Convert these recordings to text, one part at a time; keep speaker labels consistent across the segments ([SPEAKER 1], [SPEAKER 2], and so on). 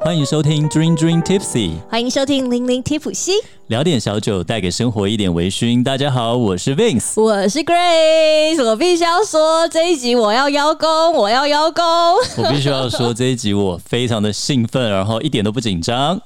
[SPEAKER 1] 欢迎收听 Dream Dream Tipsy，
[SPEAKER 2] 欢迎收听《零零贴普西》，
[SPEAKER 1] 聊点小酒，带给生活一点微醺。大家好，我是 Vince。
[SPEAKER 2] 我是 Grace。我必须要说，这一集我要邀功，我要邀功。
[SPEAKER 1] 我必须要说，这一集我非常的兴奋，然后一点都不紧张。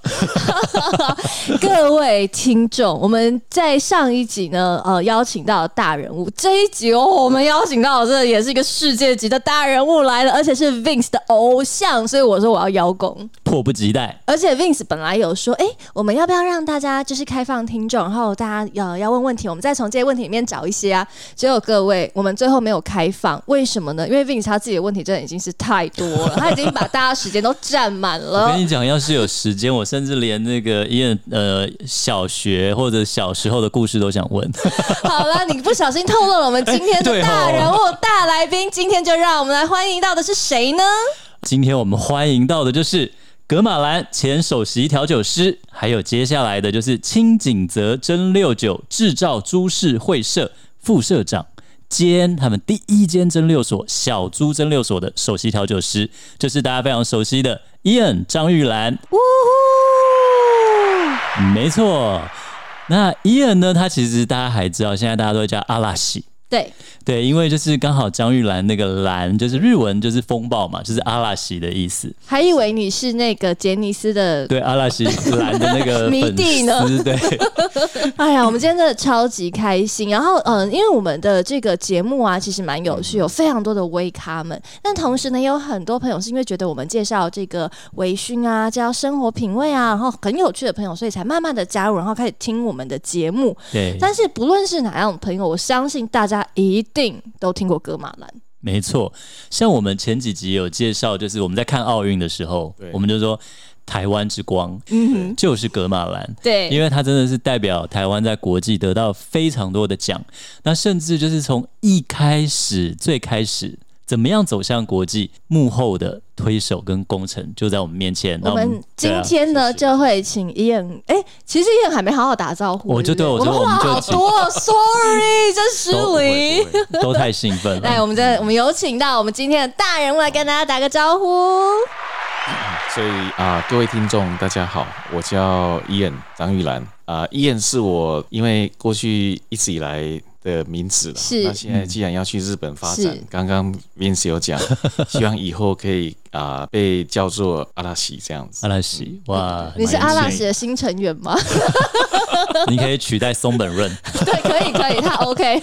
[SPEAKER 2] 各位听众，我们在上一集呢，呃，邀请到了大人物，这一集哦，我们邀请到的这也是一个世界级的大人物来了，而且是 Vince 的偶像，所以我说我要邀功。
[SPEAKER 1] 迫不及待。
[SPEAKER 2] 而且 Vince 本来有说，哎、我们要不要让大家就是开放听众，然后大家呃要问问题，我们再从这些问题里面找一些啊。结果各位，我们最后没有开放，为什么呢？因为 Vince 他自己的问题真的已经是太多 了，他已经把大家时间都占满
[SPEAKER 1] 我
[SPEAKER 2] 了
[SPEAKER 1] 跟。你讲，要是有时间，我甚至连那个因为呃小学或者小时候的故事都想问。
[SPEAKER 2] 好了，你不小心透露了我们今天
[SPEAKER 1] 对
[SPEAKER 2] 的
[SPEAKER 1] 哦
[SPEAKER 2] 大人物、大来宾，今天就让我们来欢迎到的是谁呢？
[SPEAKER 1] 今天我们欢迎到的就是格马兰前首席调酒师，还有接下来的就是清景泽蒸馏酒制造株式会社副社长。兼他们第一间蒸馏所小猪蒸馏所的首席调酒师，就是大家非常熟悉的 Ian 张玉兰。
[SPEAKER 2] 呜呼！
[SPEAKER 1] 没错，那 Ian 呢？他其实大家还知道，现在大家都会叫阿拉西。
[SPEAKER 2] 对，
[SPEAKER 1] 对，因为就是刚好张玉兰那个“兰”就是日文就是风暴嘛，就是阿拉西的意思。
[SPEAKER 2] 还以为你是那个杰尼斯的
[SPEAKER 1] 对阿拉西兰的那个
[SPEAKER 2] 迷
[SPEAKER 1] 粉
[SPEAKER 2] 弟呢
[SPEAKER 1] 丝，对，
[SPEAKER 2] 哎呀，我们今天真的超级开心。然后，嗯、因为我们的这个节目啊，其实蛮有趣，有非常多的微咖们。但同时呢，也有很多朋友是因为觉得我们介绍这个微醺啊，介绍生活品味啊，然后很有趣的朋友，所以才慢慢的加入，然后开始听我们的节目。
[SPEAKER 1] 对，
[SPEAKER 2] 但是不论是哪样的朋友，我相信大家一定都听过格马兰。
[SPEAKER 1] 没错。像我们前几集有介绍，就是我们在看奥运的时候
[SPEAKER 3] 对，
[SPEAKER 1] 我们就说台湾之光
[SPEAKER 2] 嗯哼，
[SPEAKER 1] 就是格马兰。因
[SPEAKER 2] 对，
[SPEAKER 1] 为它真的是代表台湾在国际得到非常多的奖，那甚至就是从一开始最开始怎么样走向国际，幕后的推手跟工程就在我们面前。那
[SPEAKER 2] 我们今
[SPEAKER 1] 对啊
[SPEAKER 2] 天呢、
[SPEAKER 3] 谢谢
[SPEAKER 2] 就会请伊恩，哎，其实伊恩还没好好打招呼，
[SPEAKER 1] 我就对
[SPEAKER 2] 对不
[SPEAKER 1] 我
[SPEAKER 2] 对
[SPEAKER 1] 就
[SPEAKER 2] 我们话
[SPEAKER 1] 我们就
[SPEAKER 2] 好多哦，sorry，真失
[SPEAKER 1] 都不会
[SPEAKER 2] 礼。
[SPEAKER 3] 不会
[SPEAKER 1] 都太兴奋
[SPEAKER 2] 来，
[SPEAKER 1] 了。
[SPEAKER 2] 我们这我们有请到我们今天的大人物来跟大家打个招呼。
[SPEAKER 3] 所以啊、各位听众大家好，我叫伊恩张玉兰啊，伊、恩是我因为过去一直以来的名字了，
[SPEAKER 2] 是
[SPEAKER 3] 那现在既然要去日本发展
[SPEAKER 2] 是，
[SPEAKER 3] 刚刚 Vince 有讲，希望以后可以啊、被叫做阿拉西这样子
[SPEAKER 1] 阿。拉西，哇，
[SPEAKER 2] 你是
[SPEAKER 3] 蛮
[SPEAKER 2] 阿
[SPEAKER 3] 有
[SPEAKER 2] 拉
[SPEAKER 3] 趣
[SPEAKER 2] 什的新成员吗？
[SPEAKER 1] 你可以取代松本润。
[SPEAKER 2] 对，可以，可以，他 OK。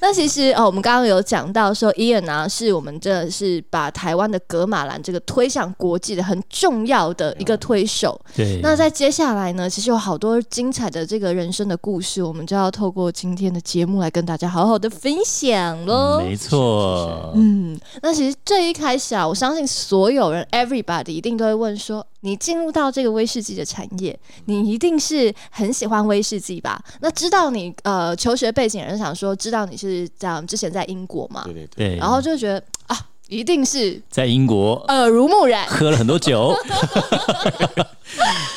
[SPEAKER 2] 那其实哦，我们刚刚有讲到说，伊恩啊，是我们真的是把台湾的格马兰这个推向国际的很重要的一个推手。
[SPEAKER 1] 嗯对
[SPEAKER 2] 那在接下来呢，其实有好多精彩的这个人生的故事，我们就要透过今天的节目来跟大家好好的分享喽。
[SPEAKER 1] 嗯没错，
[SPEAKER 2] 嗯，那其实最一开始啊，我相信所有人 everybody 一定都会问说，你进入到这个威士忌的产业，你一定是很喜欢威士忌吧？那知道你呃求学背景的人想说，知道你是这样之前在英国嘛
[SPEAKER 3] 对，对对，
[SPEAKER 1] 对，
[SPEAKER 2] 然后就觉得啊，一定是
[SPEAKER 1] 在英国
[SPEAKER 2] 耳濡目染，
[SPEAKER 1] 喝了很多 酒，
[SPEAKER 3] 对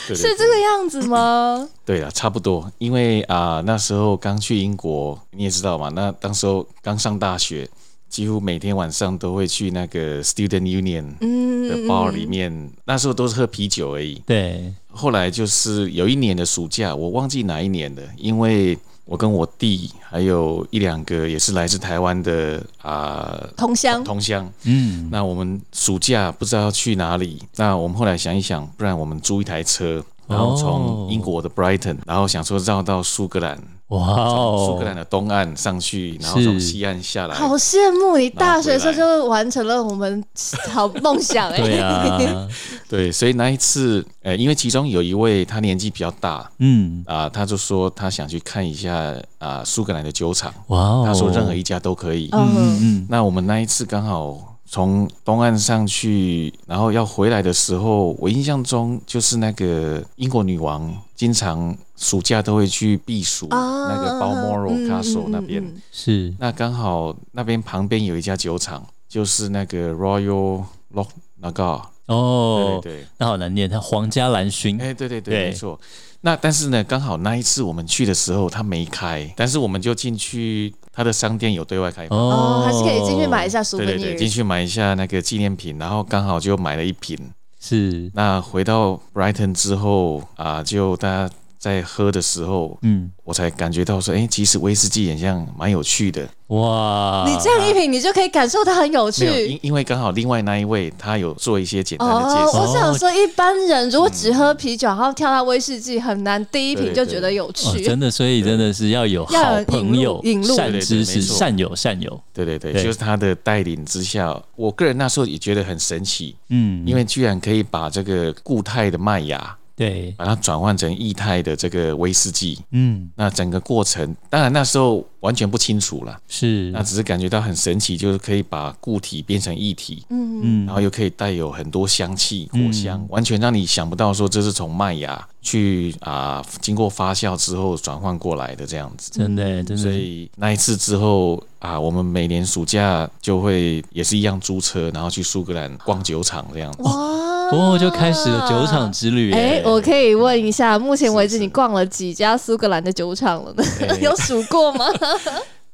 [SPEAKER 3] 对
[SPEAKER 2] 是这个样子吗？
[SPEAKER 3] 对了，差不多，因为啊、那时候刚去英国，你也知道嘛，那当时候刚上大学，几乎每天晚上都会去那个 Student Union 的
[SPEAKER 2] 嗯，
[SPEAKER 3] bar 里面，那时候都是喝啤酒而已。
[SPEAKER 1] 对，
[SPEAKER 3] 后来就是有一年的暑假，我忘记哪一年的，因为我跟我弟还有一两个也是来自台湾的啊、
[SPEAKER 2] 同乡，
[SPEAKER 3] 同乡，
[SPEAKER 1] 嗯，
[SPEAKER 3] 那我们暑假不知道要去哪里，那我们后来想一想，不然我们租一台车，然后
[SPEAKER 1] 哦
[SPEAKER 3] 从英国的 Brighton，然后想说绕到苏格兰，
[SPEAKER 1] 哇
[SPEAKER 3] 从苏格兰
[SPEAKER 1] 哦，
[SPEAKER 3] 的东岸上去，然后从西岸下来。
[SPEAKER 2] 好羡慕你大学生就完成了我们好梦 想哎、
[SPEAKER 1] 对啊，
[SPEAKER 3] 对，所以那一次，呃，因为其中有一位他年纪比较大，
[SPEAKER 1] 嗯，
[SPEAKER 3] 啊、他就说他想去看一下啊、苏格兰的酒厂，
[SPEAKER 1] 哇哦，
[SPEAKER 3] 他说任何一家都可以。
[SPEAKER 2] 嗯，
[SPEAKER 1] 嗯，
[SPEAKER 3] 那我们那一次刚好从东岸上去，然后要回来的时候，我印象中就是那个英国女王经常暑假都会去避暑，
[SPEAKER 2] 啊，
[SPEAKER 3] 那个 Balmoral
[SPEAKER 2] 嗯
[SPEAKER 3] Castle 那边。
[SPEAKER 2] 嗯嗯嗯
[SPEAKER 1] 是
[SPEAKER 3] 那刚好那边旁边有一家酒厂，就是那个 Royal Lock 那个，对对
[SPEAKER 1] 哦，
[SPEAKER 3] 对。
[SPEAKER 1] 那好难念，他皇家蓝
[SPEAKER 3] 哎、
[SPEAKER 1] 勋，
[SPEAKER 3] 对对
[SPEAKER 1] 对
[SPEAKER 3] 对，没错。那但是呢，刚好那一次我们去的时候，他没开，但是我们就进去他的商店有对外开
[SPEAKER 1] 哦
[SPEAKER 3] 放，
[SPEAKER 2] 哦哦，还是可以进去买一。下 s o u
[SPEAKER 3] 对对对，进去买一下那个纪念品，然后刚好就买了一瓶。
[SPEAKER 1] 是，
[SPEAKER 3] 那回到 Brighton 之后啊，就大家在喝的时候，
[SPEAKER 1] 嗯，
[SPEAKER 3] 我才感觉到说，哎、其实威士忌也像蛮有趣的。
[SPEAKER 1] 哇，
[SPEAKER 2] 你这样一品，你就可以感受它很有
[SPEAKER 3] 没有，
[SPEAKER 2] 趣
[SPEAKER 3] 因。因为刚好另外那一位他有做一些简单的介
[SPEAKER 2] 哦，
[SPEAKER 3] 绍。
[SPEAKER 2] 我想说，一般人如果只喝啤酒，然后跳到威士忌，很难第一
[SPEAKER 3] 对
[SPEAKER 2] 瓶
[SPEAKER 3] 对
[SPEAKER 2] 就觉得有
[SPEAKER 1] 哦
[SPEAKER 2] 趣。
[SPEAKER 1] 真的，所以真的是要有
[SPEAKER 2] 啊要
[SPEAKER 1] 好
[SPEAKER 2] 有
[SPEAKER 1] 朋友
[SPEAKER 2] 引路引、路
[SPEAKER 1] 善知
[SPEAKER 3] 对对对
[SPEAKER 1] 识、
[SPEAKER 3] 没错
[SPEAKER 1] 善友、善友，
[SPEAKER 3] 对对对，
[SPEAKER 1] 对
[SPEAKER 3] 就是他的带领之下，我个人那时候也觉得很神奇，
[SPEAKER 1] 嗯，
[SPEAKER 3] 因为居然可以把这个固态的麦芽，
[SPEAKER 1] 对，
[SPEAKER 3] 把它转换成液态的这个威士忌。
[SPEAKER 1] 嗯，
[SPEAKER 3] 那整个过程，当然那时候完全不清楚啦，
[SPEAKER 1] 是
[SPEAKER 3] 那，只是感觉到很神奇，就是可以把固体变成液体，
[SPEAKER 2] 嗯，
[SPEAKER 1] 嗯
[SPEAKER 3] 然后又可以带有很多香气、
[SPEAKER 1] 嗯
[SPEAKER 3] 果香，完全让你想不到说这是从麦芽去啊、经过发酵之后转换过来的这样子。
[SPEAKER 1] 真的，真
[SPEAKER 3] 所
[SPEAKER 1] 的，
[SPEAKER 3] 以那一次之后啊，我们每年暑假就会也是一样租车，然后去苏格兰逛酒厂这样子。
[SPEAKER 2] 哇
[SPEAKER 1] 哦，就开始了酒厂之旅，
[SPEAKER 2] 哎
[SPEAKER 1] 哎，，
[SPEAKER 2] 我可以问一下，目前为止
[SPEAKER 3] 是
[SPEAKER 2] 你逛了几家苏格兰的酒厂了呢？
[SPEAKER 3] 哎
[SPEAKER 2] 有数过吗？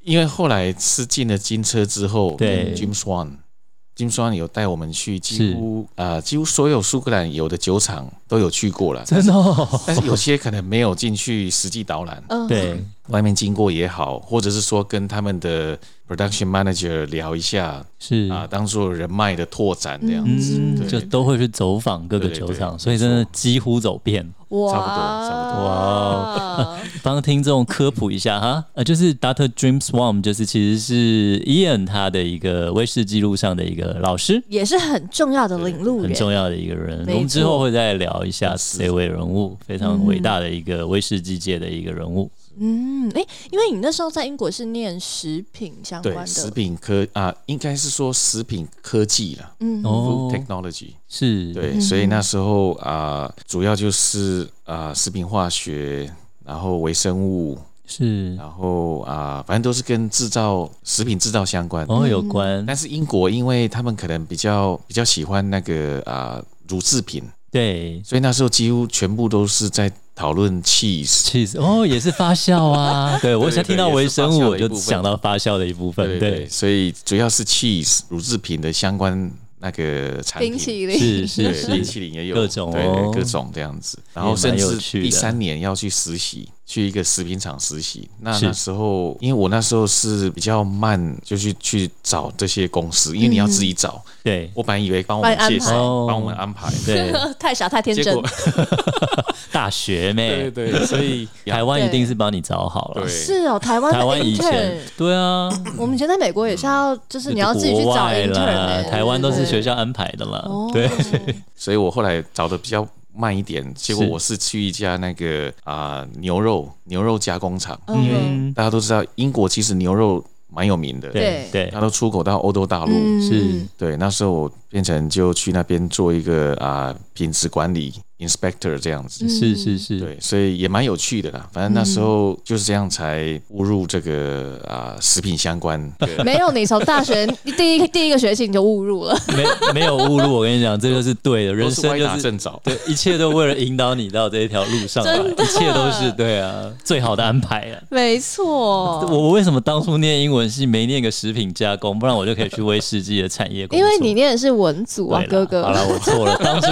[SPEAKER 3] 因为后来是进了金车之后，
[SPEAKER 1] 对
[SPEAKER 3] ，Jim Swan，Jim Swan 有带我们去
[SPEAKER 1] 是
[SPEAKER 3] 几乎啊、几乎所有苏格兰有的酒厂都有去过了，
[SPEAKER 1] 真的哦，
[SPEAKER 3] 但是有些可能没有进去实际 导览，
[SPEAKER 2] 嗯，
[SPEAKER 1] 对，
[SPEAKER 3] 外面经过也好，或者是说跟他们的 production manager 聊一下
[SPEAKER 1] 是
[SPEAKER 3] 啊，当做人脉的拓展这样子，
[SPEAKER 1] 嗯，
[SPEAKER 3] 对
[SPEAKER 1] 就都会去走访各个
[SPEAKER 3] 对对
[SPEAKER 1] 酒
[SPEAKER 3] 对
[SPEAKER 1] 厂，
[SPEAKER 3] 没
[SPEAKER 1] 所以真的
[SPEAKER 3] 错
[SPEAKER 1] 几乎走遍。
[SPEAKER 2] 哇，
[SPEAKER 3] 差不多差不
[SPEAKER 1] 多哇帮听众科普一下哈，呃，就是 Doctor Dream Swan，就是其实是 Ian 他的一个威士忌路上的一个老师，
[SPEAKER 2] 也是很重要的领路
[SPEAKER 1] 很
[SPEAKER 2] 人。
[SPEAKER 1] 重要的一个人。
[SPEAKER 2] 没
[SPEAKER 1] 我们之
[SPEAKER 2] 错
[SPEAKER 1] 后会再聊一下这位人物，非常伟大的一个威士忌界的一个人物。
[SPEAKER 2] 嗯，哎，因为你那时候在英国是念食品相关
[SPEAKER 3] 对，食
[SPEAKER 2] 的，
[SPEAKER 3] 品科啊，应该是说食品科技啦
[SPEAKER 2] 嗯，
[SPEAKER 1] 哦嗯
[SPEAKER 3] f o o d technology。
[SPEAKER 1] 是，
[SPEAKER 3] 对，所以那时候啊、主要就是啊、食品化学，然后微生物，
[SPEAKER 1] 是，
[SPEAKER 3] 然后啊、反正都是跟制造食品制造相关。
[SPEAKER 1] 哦，有关，
[SPEAKER 3] 但是英国因为他们可能比较比较喜欢那个啊、乳制品，
[SPEAKER 1] 对
[SPEAKER 3] 所以那时候几乎全部都是在讨论 cheese。
[SPEAKER 1] ，cheese，哦，也是发酵 啊。对我
[SPEAKER 3] 对
[SPEAKER 1] 想
[SPEAKER 3] 对
[SPEAKER 1] 听到
[SPEAKER 3] 也是
[SPEAKER 1] 微
[SPEAKER 3] 发
[SPEAKER 1] 生
[SPEAKER 3] 酵
[SPEAKER 1] 物，
[SPEAKER 3] 的
[SPEAKER 1] 我
[SPEAKER 3] 一
[SPEAKER 1] 就
[SPEAKER 3] 部分
[SPEAKER 1] 想到发酵的一部分，对，
[SPEAKER 3] 所以主要是 cheese 乳制品的相关那个产品。
[SPEAKER 2] 冰淇淋
[SPEAKER 1] 是是
[SPEAKER 3] 对，冰
[SPEAKER 1] 是，
[SPEAKER 3] 淇淋也有
[SPEAKER 1] 各种
[SPEAKER 3] 对
[SPEAKER 1] 哦
[SPEAKER 3] 对各种这样子。然后
[SPEAKER 1] 也蛮
[SPEAKER 3] 甚
[SPEAKER 1] 有
[SPEAKER 3] 至
[SPEAKER 1] 趣的
[SPEAKER 3] 第三年要去实习，去一个食品厂实习。那
[SPEAKER 1] 是
[SPEAKER 3] 那时候，因为我那时候是比较慢，就去去找这些公司，因为你要自己找。
[SPEAKER 1] 对
[SPEAKER 3] 我本来以为帮我们
[SPEAKER 2] 帮你安
[SPEAKER 3] 介
[SPEAKER 2] 排
[SPEAKER 3] 绍，帮我们安排。
[SPEAKER 1] 对，
[SPEAKER 2] 太傻太天
[SPEAKER 3] 结
[SPEAKER 2] 真
[SPEAKER 3] 果，
[SPEAKER 1] 大学妹
[SPEAKER 3] 对，对，所以
[SPEAKER 1] 台湾一
[SPEAKER 2] 对
[SPEAKER 1] 定是帮你找好了。
[SPEAKER 3] 对。
[SPEAKER 2] 是哦，台湾的
[SPEAKER 1] 台湾以
[SPEAKER 2] intern
[SPEAKER 1] 前，对啊，
[SPEAKER 2] 我们以前在美国也是要，就是你要自己去
[SPEAKER 1] 国
[SPEAKER 2] 找
[SPEAKER 1] 外
[SPEAKER 2] intern，
[SPEAKER 1] 啦
[SPEAKER 2] 欸、
[SPEAKER 1] 台湾都是
[SPEAKER 2] 对
[SPEAKER 1] 学校安排的啦。
[SPEAKER 2] 哦
[SPEAKER 1] 对，
[SPEAKER 3] 所以我后来找的比较慢一点，结果
[SPEAKER 1] 是
[SPEAKER 3] 我是去一家那个啊、牛肉牛肉加工厂，
[SPEAKER 2] 嗯
[SPEAKER 3] 因为
[SPEAKER 1] 嗯，
[SPEAKER 3] 大家都知道英国其实牛肉蛮有名的，
[SPEAKER 1] 对
[SPEAKER 2] 对
[SPEAKER 1] 对
[SPEAKER 3] 它，都出口到欧洲大陆。
[SPEAKER 2] 嗯
[SPEAKER 1] 是
[SPEAKER 3] 对，那时候我变成就去那边做一个啊、品质管理 inspector 这样子。
[SPEAKER 2] 嗯
[SPEAKER 1] 是是是，
[SPEAKER 3] 对，所以也蛮有趣的啦。反正那时候就是这样才误入这个啊、食品相关。对
[SPEAKER 1] 嗯
[SPEAKER 2] 没有你从大学第一第一个学期你就误入了，
[SPEAKER 1] 没没有误入，我跟你讲，这就是对的，人
[SPEAKER 3] 都是
[SPEAKER 1] 生
[SPEAKER 3] 歪
[SPEAKER 1] 就
[SPEAKER 3] 打
[SPEAKER 1] 是。
[SPEAKER 3] 正着。
[SPEAKER 1] 对，一切都为了引导你到这一条路上来，
[SPEAKER 2] 真的
[SPEAKER 1] 一切都是对啊，最好的安排啊。
[SPEAKER 2] 没错，
[SPEAKER 1] 我我为什么当初念英文系没念个食品加工，不然我就可以去威士忌的产业工
[SPEAKER 2] 因
[SPEAKER 1] 作。
[SPEAKER 2] 为你念的是文组啊，
[SPEAKER 1] 对
[SPEAKER 2] 哥
[SPEAKER 1] 啦好
[SPEAKER 2] 哥。
[SPEAKER 1] 了，我错 了，当初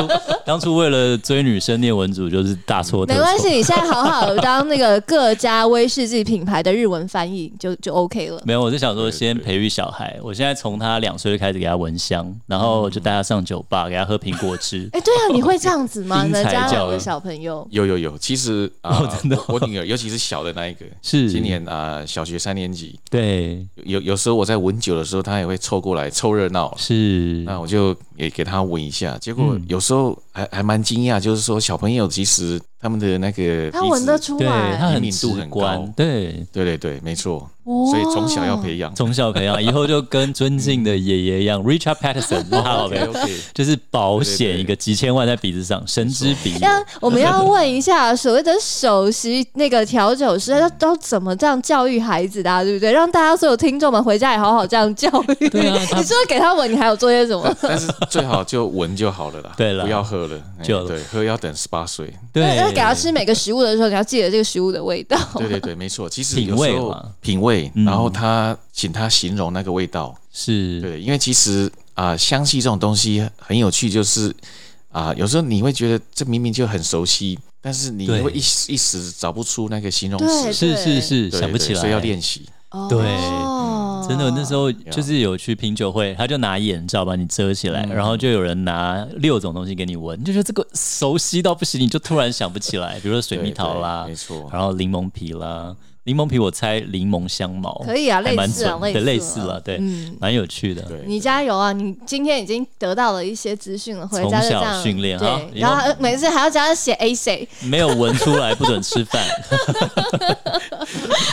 [SPEAKER 1] 当初为了追女生念文组就是大错特
[SPEAKER 2] 没
[SPEAKER 1] 错。
[SPEAKER 2] 关系，你现在好好当那个各家威士忌品牌的日文翻译就就 OK 了。。
[SPEAKER 1] 没有，我是想说
[SPEAKER 3] 对
[SPEAKER 1] 先
[SPEAKER 3] 对
[SPEAKER 1] 培育小孩。我现在从他两岁就开始给他闻香，然后就带他上酒吧，给他喝苹果 汁
[SPEAKER 2] 哎、对啊，你会这样子吗？
[SPEAKER 1] 因
[SPEAKER 2] 你们
[SPEAKER 1] 材
[SPEAKER 2] 家
[SPEAKER 1] 教
[SPEAKER 2] 两个
[SPEAKER 1] 育
[SPEAKER 2] 小朋友，
[SPEAKER 3] 有有有，其实啊、
[SPEAKER 1] 哦真的哦
[SPEAKER 3] 我我女儿尤其是小的那一个，
[SPEAKER 1] 是
[SPEAKER 3] 今年啊、小学三年级，
[SPEAKER 1] 对，
[SPEAKER 3] 有有时候我在闻酒的时候，她也会凑过来凑热闹。
[SPEAKER 1] 是
[SPEAKER 3] 那我就也给他闻一下，结果
[SPEAKER 1] 嗯
[SPEAKER 3] 有时候还还蛮惊讶，就是说小朋友其实他们的那个
[SPEAKER 2] 他
[SPEAKER 3] 鼻
[SPEAKER 2] 闻
[SPEAKER 3] 子
[SPEAKER 2] 得出
[SPEAKER 1] 对他
[SPEAKER 2] 来，
[SPEAKER 1] 很
[SPEAKER 3] 敏
[SPEAKER 1] 直
[SPEAKER 3] 度很
[SPEAKER 1] 观
[SPEAKER 3] 高，
[SPEAKER 1] 对，
[SPEAKER 3] 对对对，没错，
[SPEAKER 2] 哇
[SPEAKER 3] 所以从小要 培养。
[SPEAKER 1] 从小培养，以后就跟尊敬的爷爷一样，Richard Patterson 他老朋
[SPEAKER 3] OK
[SPEAKER 1] 友，
[SPEAKER 3] OK，
[SPEAKER 1] 就是保
[SPEAKER 3] 对哦对
[SPEAKER 1] 险
[SPEAKER 3] 对
[SPEAKER 1] 一个几千万在鼻子上，神之鼻。
[SPEAKER 2] 要我们要问一下，所谓的首席那个调酒师，要都怎么这样教育孩子的、啊，对不对？让大家所有听众们回家也好好这样教育。
[SPEAKER 1] 对啊他
[SPEAKER 2] 你除了给他闻，你还有做些什么？
[SPEAKER 3] 但是最好就闻就好了啦，
[SPEAKER 1] 对啦
[SPEAKER 3] 不要喝了，哎
[SPEAKER 1] 就
[SPEAKER 3] 对，喝要等十八岁，
[SPEAKER 1] 对
[SPEAKER 2] 要，给他吃每个食物的时候，你要记得这个食物的味道。
[SPEAKER 3] 对对对，没错。其实
[SPEAKER 1] 品
[SPEAKER 3] 有时
[SPEAKER 1] 味
[SPEAKER 3] 候
[SPEAKER 1] 嘛
[SPEAKER 3] 品味，
[SPEAKER 1] 嗯
[SPEAKER 3] 然后他请他形容那个味道，
[SPEAKER 1] 是
[SPEAKER 3] 对，因为其实啊、香气这种东西很有趣，就是啊，有时候你会觉得这明明就很熟悉，但是你
[SPEAKER 1] 对
[SPEAKER 3] 会一时一时找不出那个形容
[SPEAKER 2] 对
[SPEAKER 3] 词，
[SPEAKER 1] 是是是，
[SPEAKER 3] 对
[SPEAKER 1] 想不
[SPEAKER 3] 对
[SPEAKER 1] 起来，
[SPEAKER 3] 所以要练习。
[SPEAKER 2] 哦
[SPEAKER 1] 对真的，我那时候就是有去品酒会，他就拿眼罩把你遮起来，然后就有人拿六种东西给你闻，你就觉得这个熟悉到不行，你就突然想不起来，比如说水蜜桃啦
[SPEAKER 3] 对对没，错
[SPEAKER 1] 然后柠檬皮啦，柠檬皮我猜柠檬香茅，
[SPEAKER 2] 可以啊，
[SPEAKER 1] 还
[SPEAKER 2] 类
[SPEAKER 1] 蛮
[SPEAKER 2] 似
[SPEAKER 1] 准
[SPEAKER 2] 啊，
[SPEAKER 1] 的，类
[SPEAKER 2] 似
[SPEAKER 1] 似
[SPEAKER 2] 啊
[SPEAKER 1] 了，对，
[SPEAKER 2] 嗯，
[SPEAKER 1] 蛮有趣的。
[SPEAKER 3] 对，
[SPEAKER 2] 你加油啊！你今天已经得到了一些资讯了，回家就
[SPEAKER 1] 从
[SPEAKER 2] 这样
[SPEAKER 1] 小训练好
[SPEAKER 2] 对，
[SPEAKER 1] 以后
[SPEAKER 2] 然后呃每次还要加上写 A 谁，
[SPEAKER 1] 没有闻出来不准吃饭，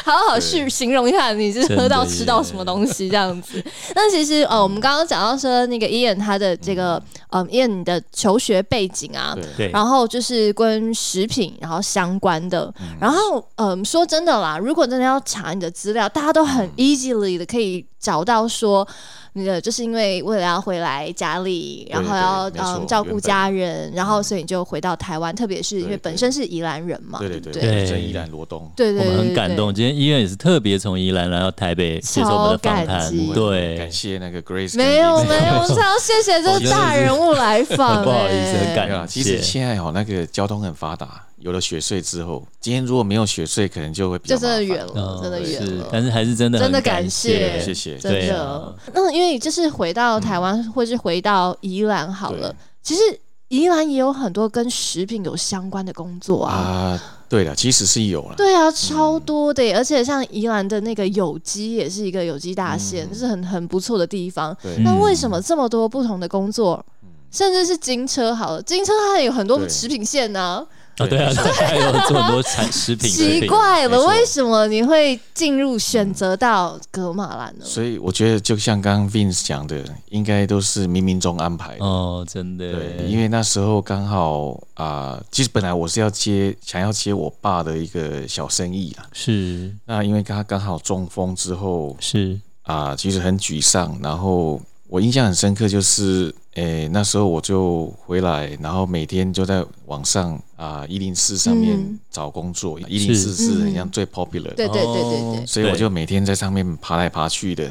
[SPEAKER 2] 好好去形容一下你是喝到吃到什么东西这样子。 那其实呃，我们刚刚讲到说那个 Ian 他的这个嗯 Ian 你的求学背景啊，
[SPEAKER 3] 对
[SPEAKER 1] 对，
[SPEAKER 2] 然后就是跟食品然后相关的，然后嗯，说真的啦，如果真的要查你的资料，大家都
[SPEAKER 3] 嗯
[SPEAKER 2] 很 easily 的可以找到说你的，就是因为为了要回来家里，然后
[SPEAKER 3] 对对
[SPEAKER 2] 要
[SPEAKER 3] 没错
[SPEAKER 2] 嗯照
[SPEAKER 3] 原
[SPEAKER 2] 顾
[SPEAKER 3] 本嗯
[SPEAKER 2] 家人，然后所以你就回到台湾，特别是因为
[SPEAKER 3] 对对
[SPEAKER 2] 本身是宜兰人嘛，
[SPEAKER 3] 对对
[SPEAKER 2] 不
[SPEAKER 3] 对
[SPEAKER 2] 对
[SPEAKER 1] 对
[SPEAKER 3] 对，正依然罗东，
[SPEAKER 2] 对对
[SPEAKER 1] 我
[SPEAKER 2] 对，
[SPEAKER 1] 们很
[SPEAKER 2] 对
[SPEAKER 1] 感。动。今天医院也是特别从宜兰来到台北接受我们的访谈
[SPEAKER 2] 超感激，
[SPEAKER 1] 对
[SPEAKER 3] 感，谢那个 Grace，跟
[SPEAKER 2] 没有
[SPEAKER 3] Lily
[SPEAKER 2] 没有，我们要谢谢这大人物来访、
[SPEAKER 1] 很哦不好意思
[SPEAKER 2] 哎
[SPEAKER 1] 很感
[SPEAKER 3] 没有啊，
[SPEAKER 1] 谢
[SPEAKER 3] 其实现在哦，那个交通很发达，有了雪隧之后，今天如果没有雪隧，可能就会比较
[SPEAKER 2] 就真的
[SPEAKER 3] 麻烦
[SPEAKER 2] 远了，真的
[SPEAKER 1] 嗯
[SPEAKER 2] 远
[SPEAKER 1] 是
[SPEAKER 2] 了，。
[SPEAKER 1] 但是还是真的
[SPEAKER 2] 真的
[SPEAKER 1] 很
[SPEAKER 2] 感谢
[SPEAKER 3] 谢谢
[SPEAKER 2] 真
[SPEAKER 1] 对
[SPEAKER 2] 的
[SPEAKER 1] 啊。嗯
[SPEAKER 2] 那因为就是回到台湾，或是回到宜兰好了，其实宜兰也有很多跟食品有相关的工作啊。
[SPEAKER 3] 啊。对了，其实是有了，
[SPEAKER 2] 对啊，超
[SPEAKER 1] 嗯
[SPEAKER 2] 多的耶，而且像宜兰的那个有机也是一个有机大县，就是很很不错的地方。
[SPEAKER 3] 对
[SPEAKER 1] 嗯
[SPEAKER 2] 那为什么这么多不同的工作，甚至是金车好了，金车它也有很多
[SPEAKER 3] 对
[SPEAKER 2] 食品线呢、
[SPEAKER 1] 啊，对啊，对还有做很多产食品，食
[SPEAKER 2] 奇
[SPEAKER 1] 品
[SPEAKER 2] 怪
[SPEAKER 3] 没
[SPEAKER 2] 了，
[SPEAKER 3] 错
[SPEAKER 2] 为什么你会进入选择到格马兰呢？
[SPEAKER 3] 所以我觉得就像刚刚 Vince 讲的，应该都是冥冥中安排的。
[SPEAKER 1] 哦，真的，
[SPEAKER 3] 对，因为那时候刚好啊、其实本来我是要接想要接我爸的一个小生意啊，
[SPEAKER 1] 是
[SPEAKER 3] 那因为他刚好中风之后
[SPEAKER 1] 是，
[SPEAKER 3] 啊、其实很沮丧。然后我印象很深刻，就是诶、那时候我就回来，然后每天就在网上啊一零四上面
[SPEAKER 2] 嗯
[SPEAKER 3] 找工作，一零四是很像最 popular 的，
[SPEAKER 2] 对对对对
[SPEAKER 1] 哦
[SPEAKER 2] 对
[SPEAKER 3] 所以我就每天在上面爬来爬去的。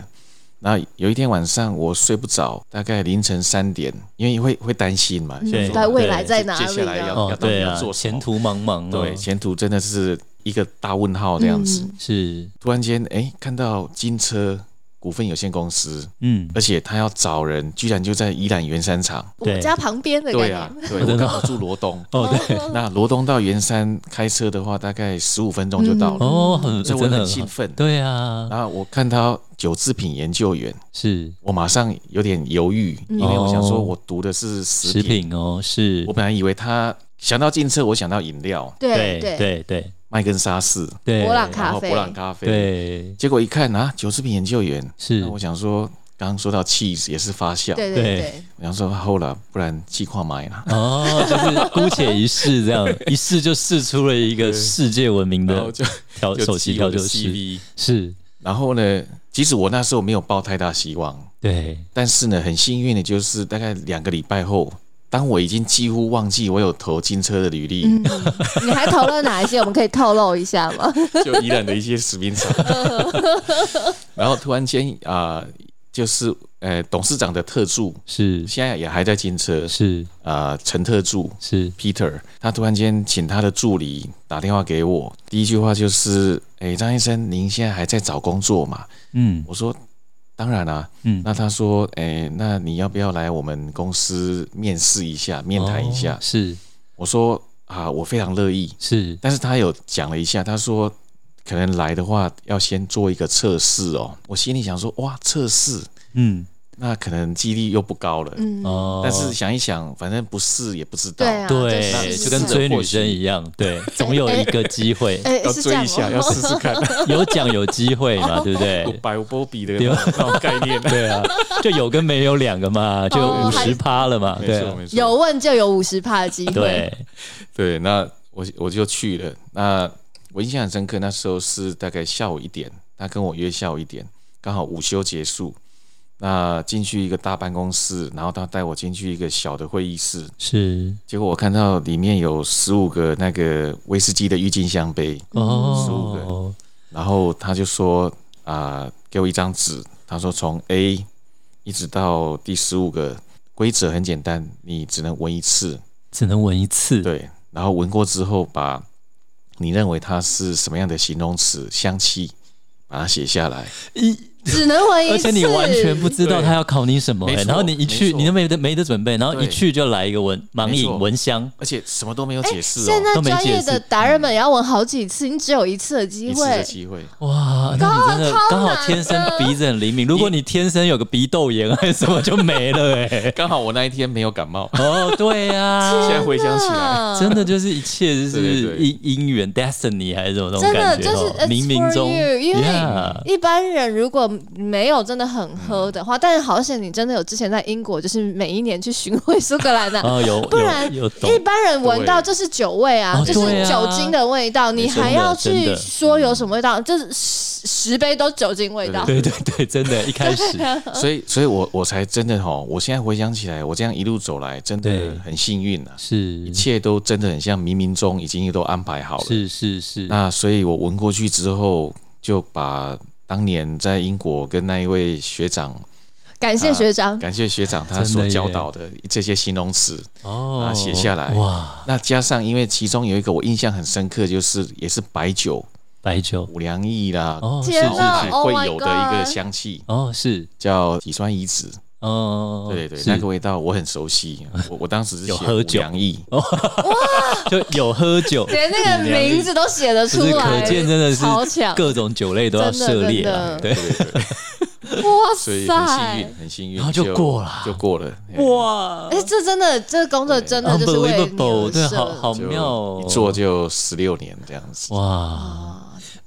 [SPEAKER 3] 那有一天晚上我睡不着，大概凌晨三点，因为会会担心嘛，
[SPEAKER 2] 嗯
[SPEAKER 3] 想
[SPEAKER 1] 对
[SPEAKER 3] 说
[SPEAKER 2] 在未来
[SPEAKER 1] 对
[SPEAKER 2] 在哪里、啊？
[SPEAKER 3] 接下来要
[SPEAKER 1] 哦，对
[SPEAKER 3] 要
[SPEAKER 1] 啊
[SPEAKER 3] 做，什么
[SPEAKER 1] 前途茫茫哦，
[SPEAKER 3] 对，前途真的是一个大问号这样子。
[SPEAKER 2] 嗯
[SPEAKER 1] 是，
[SPEAKER 3] 突然间，哎，看到金车股份有限公司，
[SPEAKER 1] 嗯，
[SPEAKER 3] 而且他要找人，居然就在宜兰圆山厂。
[SPEAKER 2] 我们
[SPEAKER 1] 对，
[SPEAKER 2] 家旁边的概
[SPEAKER 3] 对
[SPEAKER 2] 念。
[SPEAKER 3] 啊，对，我刚好住罗 东
[SPEAKER 1] 哦，对，
[SPEAKER 3] 那罗东到圆山开车的话，大概十五分钟就到了，
[SPEAKER 1] 哦，很
[SPEAKER 3] 所
[SPEAKER 1] 真
[SPEAKER 3] 以我
[SPEAKER 1] 的
[SPEAKER 3] 很
[SPEAKER 1] 很
[SPEAKER 3] 兴
[SPEAKER 1] 好，
[SPEAKER 3] 奋。
[SPEAKER 1] 对啊，
[SPEAKER 3] 然后我看到九制品研究员，
[SPEAKER 1] 是
[SPEAKER 3] 我马上有点犹豫，因
[SPEAKER 2] 嗯
[SPEAKER 3] 为我想说我读的是食
[SPEAKER 1] 食
[SPEAKER 3] 品，
[SPEAKER 1] 品哦，是
[SPEAKER 3] 我，本来以为他想到进车，我想到饮料，
[SPEAKER 2] 对
[SPEAKER 1] 对
[SPEAKER 2] 对，
[SPEAKER 1] 对对
[SPEAKER 3] 麦根沙士，
[SPEAKER 1] 对，
[SPEAKER 2] 博朗咖啡
[SPEAKER 3] 然后博朗咖啡，，
[SPEAKER 1] 对
[SPEAKER 3] 结果一看啊，九制品研究员，
[SPEAKER 1] 是
[SPEAKER 3] 那我想说，刚刚说到 cheese 也是发酵，
[SPEAKER 2] 对
[SPEAKER 1] 对
[SPEAKER 2] 对
[SPEAKER 1] 对
[SPEAKER 2] 对，
[SPEAKER 3] 我想说后了，不然气矿买了。
[SPEAKER 1] 哦，就是姑且一试， 这样一试就试出了一个世界闻名
[SPEAKER 3] 然后
[SPEAKER 1] 的
[SPEAKER 3] 就
[SPEAKER 1] 调
[SPEAKER 3] 就
[SPEAKER 1] 首席
[SPEAKER 3] 寄
[SPEAKER 1] 调
[SPEAKER 3] 我的
[SPEAKER 1] 酒师，
[SPEAKER 3] CV
[SPEAKER 1] 是，
[SPEAKER 3] 然后呢，其实我那时候没有抱太大希望，
[SPEAKER 1] 对，
[SPEAKER 3] 但是呢，很幸运的就是大概两个礼拜后，当我已经几乎忘记我有投金车的履历，
[SPEAKER 2] 嗯，你还投了哪一些？我们可以透露一下 吗？
[SPEAKER 3] 就宜兰的一些食品厂，然后突然间啊、就是呃董事长的特助，
[SPEAKER 1] 是
[SPEAKER 3] 现在也还在金车
[SPEAKER 1] 是
[SPEAKER 3] 啊、陈特助，
[SPEAKER 1] 是，
[SPEAKER 3] Peter，他突然间请他的助理打电话给我，第一句话就是：“哎，张医生，您现在还在找工作吗
[SPEAKER 1] 嗯？”
[SPEAKER 3] 我说：“当然啦、啊
[SPEAKER 1] 嗯，
[SPEAKER 3] 那他说：“哎，那你要不要来我们公司面试一下、面谈一下
[SPEAKER 1] 哦？”是
[SPEAKER 3] 我说：“啊，我非常乐意。
[SPEAKER 1] 是”
[SPEAKER 3] 但是他有讲了一下，他说：“可能来的话要先做一个测试哦。”我心里想说：“哇，测试
[SPEAKER 1] 嗯
[SPEAKER 3] 那可能几率又不高了。
[SPEAKER 2] 嗯，
[SPEAKER 1] 哦，
[SPEAKER 3] 但是想一想，反正不试也不知道。
[SPEAKER 2] 对啊，
[SPEAKER 3] 那
[SPEAKER 1] 对，
[SPEAKER 2] 是
[SPEAKER 1] 就跟追女生一样，对，总有一个机 会，
[SPEAKER 2] 哎，
[SPEAKER 3] 要
[SPEAKER 2] 是这
[SPEAKER 3] 追
[SPEAKER 2] 样
[SPEAKER 3] 一下，
[SPEAKER 2] 吗
[SPEAKER 3] 要试试看。
[SPEAKER 1] 有奖有机会
[SPEAKER 3] 哦
[SPEAKER 1] 嘛，对不
[SPEAKER 3] 有
[SPEAKER 1] 对？
[SPEAKER 3] 百波比的
[SPEAKER 2] 啊
[SPEAKER 1] 对吧
[SPEAKER 3] 那种概念。
[SPEAKER 1] 对啊，就有跟没有两个嘛，就五
[SPEAKER 2] 哦
[SPEAKER 1] 十趴了嘛，对啊
[SPEAKER 3] 没 错
[SPEAKER 2] 有问就有五十帕的机会。
[SPEAKER 1] 对，
[SPEAKER 3] 对，那我我就去了。那我印象很深刻，那时候是大概下午一点，他跟我约下午一点，刚好午休结束。那进去一个大办公室，然后他带我进去一个小的会议室，
[SPEAKER 1] 是
[SPEAKER 3] 结果我看到里面有十五个那个威士忌的郁金香杯，15
[SPEAKER 1] 哦
[SPEAKER 3] 个，然后他就说啊、给我一张纸，他说从 A 一直到第十五个规则很简单，你只能闻一次，
[SPEAKER 1] 只能闻一次。
[SPEAKER 3] 对，然后闻过之后，把你认为它是什么样的形容词、香气，把它写下来。
[SPEAKER 1] 一，
[SPEAKER 2] 只能闻一次，
[SPEAKER 1] 而且你完全不知道
[SPEAKER 3] 对
[SPEAKER 1] 他要考你什么、
[SPEAKER 3] 没
[SPEAKER 1] 欸
[SPEAKER 3] 错
[SPEAKER 1] 然后你一去，
[SPEAKER 3] 没错
[SPEAKER 1] 你都没得没得准备，然后一
[SPEAKER 3] 对
[SPEAKER 1] 去就来一个闻盲
[SPEAKER 3] 没
[SPEAKER 1] 饮
[SPEAKER 3] 错
[SPEAKER 1] 闻香，
[SPEAKER 3] 而且什么都没有
[SPEAKER 2] 哎
[SPEAKER 3] 解释
[SPEAKER 2] 现
[SPEAKER 3] 哦，
[SPEAKER 1] 都
[SPEAKER 2] 在
[SPEAKER 1] 没
[SPEAKER 2] 专业
[SPEAKER 1] 解释
[SPEAKER 2] 的达人们也要闻好几次，你只有一次的
[SPEAKER 3] 一
[SPEAKER 2] 机
[SPEAKER 3] 次的
[SPEAKER 2] 会。
[SPEAKER 3] 机会。
[SPEAKER 1] 哇！那你真的刚好天生鼻子很灵敏，如果你天生有个鼻窦炎还是什么就没了哎、 欸
[SPEAKER 3] 刚好我那一天没有感冒，
[SPEAKER 1] 哦，对呀、
[SPEAKER 3] 现在回想起来，
[SPEAKER 2] 啊
[SPEAKER 1] 真的就是一切就
[SPEAKER 3] 对
[SPEAKER 1] 是
[SPEAKER 3] 对对
[SPEAKER 1] 因因缘 destiny 还是什么那种
[SPEAKER 2] 真的
[SPEAKER 1] 感觉
[SPEAKER 2] 就是
[SPEAKER 1] 哦，
[SPEAKER 2] it's
[SPEAKER 1] 冥冥
[SPEAKER 2] for
[SPEAKER 1] 中
[SPEAKER 2] you，因为
[SPEAKER 1] Yeah 嗯
[SPEAKER 2] 一般人如果没有真的很喝的话，但是好险你真的有之前在英国，就是每一年去巡回苏格兰的、
[SPEAKER 1] 哦有
[SPEAKER 2] 不然
[SPEAKER 1] 有有懂
[SPEAKER 2] 一般人闻到就是酒味啊，
[SPEAKER 1] 哦
[SPEAKER 2] 就是
[SPEAKER 1] 对啊
[SPEAKER 2] 酒精的味道，你还要
[SPEAKER 1] 真
[SPEAKER 2] 去
[SPEAKER 1] 的嗯
[SPEAKER 2] 说有什么味道，就是十十杯都酒精味 道。
[SPEAKER 1] 对对对，真的，一开 始
[SPEAKER 2] 啊
[SPEAKER 3] 所以所以我我才真的哈，我现在回想起来，我这样一路走来，真
[SPEAKER 1] 对
[SPEAKER 3] 的很幸运啊，
[SPEAKER 1] 是
[SPEAKER 3] 一切都真的很像冥冥中已经都安排好了。
[SPEAKER 1] 是是是，
[SPEAKER 3] 那所以我闻过去之后，就把当年在英国跟那一位学长，
[SPEAKER 2] 感谢学长，
[SPEAKER 3] 感谢学长他
[SPEAKER 1] 真的
[SPEAKER 3] 所
[SPEAKER 1] 耶
[SPEAKER 3] 教导的这些形容词，
[SPEAKER 1] 哦
[SPEAKER 3] 啊写下来
[SPEAKER 1] 哇，
[SPEAKER 3] 那加上因为其中有一个我印象很深刻，就是也是白酒
[SPEAKER 1] 白酒
[SPEAKER 3] 五粮液啦，
[SPEAKER 1] 哦是
[SPEAKER 2] 天
[SPEAKER 3] 是
[SPEAKER 2] 哪
[SPEAKER 3] 是
[SPEAKER 2] Oh
[SPEAKER 3] 会
[SPEAKER 2] my
[SPEAKER 3] 有的一个
[SPEAKER 2] God
[SPEAKER 3] 香气，
[SPEAKER 1] 哦是
[SPEAKER 3] 叫乙酸乙酯。
[SPEAKER 1] 哦，
[SPEAKER 3] 对对，
[SPEAKER 1] 是
[SPEAKER 3] 那个味道我很 熟悉，我我当时是
[SPEAKER 1] 有
[SPEAKER 3] 写
[SPEAKER 1] 喝
[SPEAKER 3] 五
[SPEAKER 1] 酒
[SPEAKER 3] 粮液，
[SPEAKER 1] 就有喝酒，
[SPEAKER 2] 连那个名字都写得出
[SPEAKER 1] 就是
[SPEAKER 2] 来，
[SPEAKER 1] 可见真的是
[SPEAKER 2] 超强，
[SPEAKER 1] 各种酒类都要
[SPEAKER 2] 真的
[SPEAKER 1] 涉猎
[SPEAKER 2] 真
[SPEAKER 1] 啊，
[SPEAKER 2] 的
[SPEAKER 1] 对，
[SPEAKER 2] 哇
[SPEAKER 3] 所以很幸
[SPEAKER 2] 塞！
[SPEAKER 3] 运，很幸运，
[SPEAKER 1] 然后就过了
[SPEAKER 3] 就过了，
[SPEAKER 1] 哇
[SPEAKER 2] 哎，这真的，这工作真的就是为你
[SPEAKER 1] ，unbelievable，
[SPEAKER 2] 而
[SPEAKER 1] 对，
[SPEAKER 2] 设
[SPEAKER 1] 好好
[SPEAKER 3] 就
[SPEAKER 1] 妙哦，
[SPEAKER 3] 一做就十六年这样子。
[SPEAKER 1] 哇。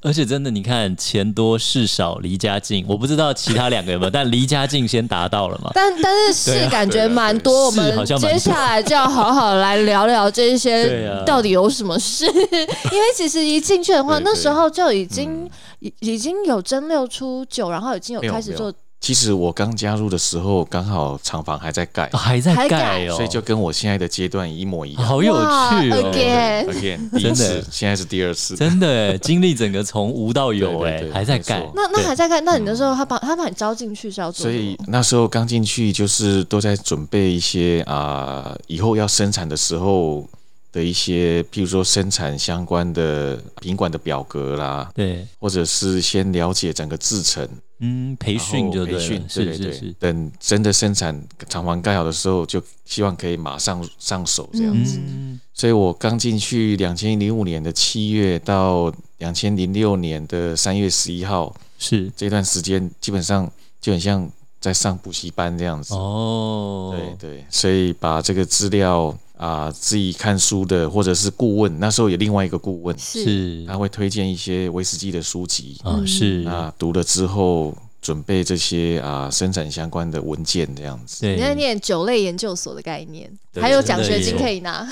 [SPEAKER 1] 而且真的，你看钱多事少，离家近。我不知道其他两 个有没有，但离家近先达到了 嘛。
[SPEAKER 2] 但但是是感觉蛮多，我
[SPEAKER 1] 对啊是
[SPEAKER 2] 们
[SPEAKER 1] 好像蛮多
[SPEAKER 2] 接下来就要好好来聊聊这
[SPEAKER 1] 对
[SPEAKER 2] 些
[SPEAKER 1] 啊
[SPEAKER 2] 到底有什么事，因为其实一进去的话，
[SPEAKER 3] 对对
[SPEAKER 2] 那时候就已经已已经有蒸馏出酒，然后已经有
[SPEAKER 3] 没有
[SPEAKER 2] 开始做，
[SPEAKER 3] 其实我刚加入的时候，刚好厂房还在盖，
[SPEAKER 1] 还在
[SPEAKER 2] 还
[SPEAKER 1] 盖
[SPEAKER 2] 盖
[SPEAKER 1] 哦，
[SPEAKER 3] 所以就跟我现在的阶段一模一样。
[SPEAKER 1] 好有趣
[SPEAKER 2] 哇
[SPEAKER 1] 哦，
[SPEAKER 2] ，again
[SPEAKER 3] again，第一
[SPEAKER 1] 真的
[SPEAKER 3] 次，现在是第二次。
[SPEAKER 1] 真的哎，经历整个从无到有
[SPEAKER 3] 对对
[SPEAKER 1] 哎，
[SPEAKER 3] 对
[SPEAKER 1] 还在盖
[SPEAKER 3] 没错。
[SPEAKER 2] 那那
[SPEAKER 1] 对
[SPEAKER 2] 还在看，那你那时候他把他把你招进去是要做
[SPEAKER 3] 所
[SPEAKER 2] 什么，
[SPEAKER 3] 以那时候刚进去，就是都在准备一些啊、以后要生产的时候的一些，譬如说生产相关的品管的表格啦，
[SPEAKER 1] 对，
[SPEAKER 3] 或者是先了解整个制程，
[SPEAKER 1] 嗯，培
[SPEAKER 3] 然后
[SPEAKER 1] 训就
[SPEAKER 3] 培
[SPEAKER 1] 对
[SPEAKER 3] 训
[SPEAKER 1] 了，，是
[SPEAKER 3] 对对
[SPEAKER 1] 是
[SPEAKER 3] 对。
[SPEAKER 1] 是，
[SPEAKER 3] 等真的生产厂房盖好的时候，就希望可以马上上手这样子。
[SPEAKER 1] 嗯，
[SPEAKER 3] 所以我刚进去两千零五年的七月到两千零六年的三月十一号
[SPEAKER 1] 是
[SPEAKER 3] 这段时间，基本上就很像在上补习班这样子。
[SPEAKER 1] 哦，
[SPEAKER 3] 对对，所以把这个资料啊、自己看书的，或者是顾问，那时候有另外一个顾问，
[SPEAKER 2] 是
[SPEAKER 1] 是
[SPEAKER 3] 他会推荐一些威士忌的书籍
[SPEAKER 1] 啊，
[SPEAKER 2] 嗯
[SPEAKER 1] 是，
[SPEAKER 3] 啊，读了之后准备这些啊、生产相关的文件这样子。
[SPEAKER 1] 对
[SPEAKER 2] 你，在念酒类研究所的概念，
[SPEAKER 3] 对
[SPEAKER 2] 还有
[SPEAKER 1] 真的
[SPEAKER 2] 奖学
[SPEAKER 1] 耶
[SPEAKER 2] 金可以拿，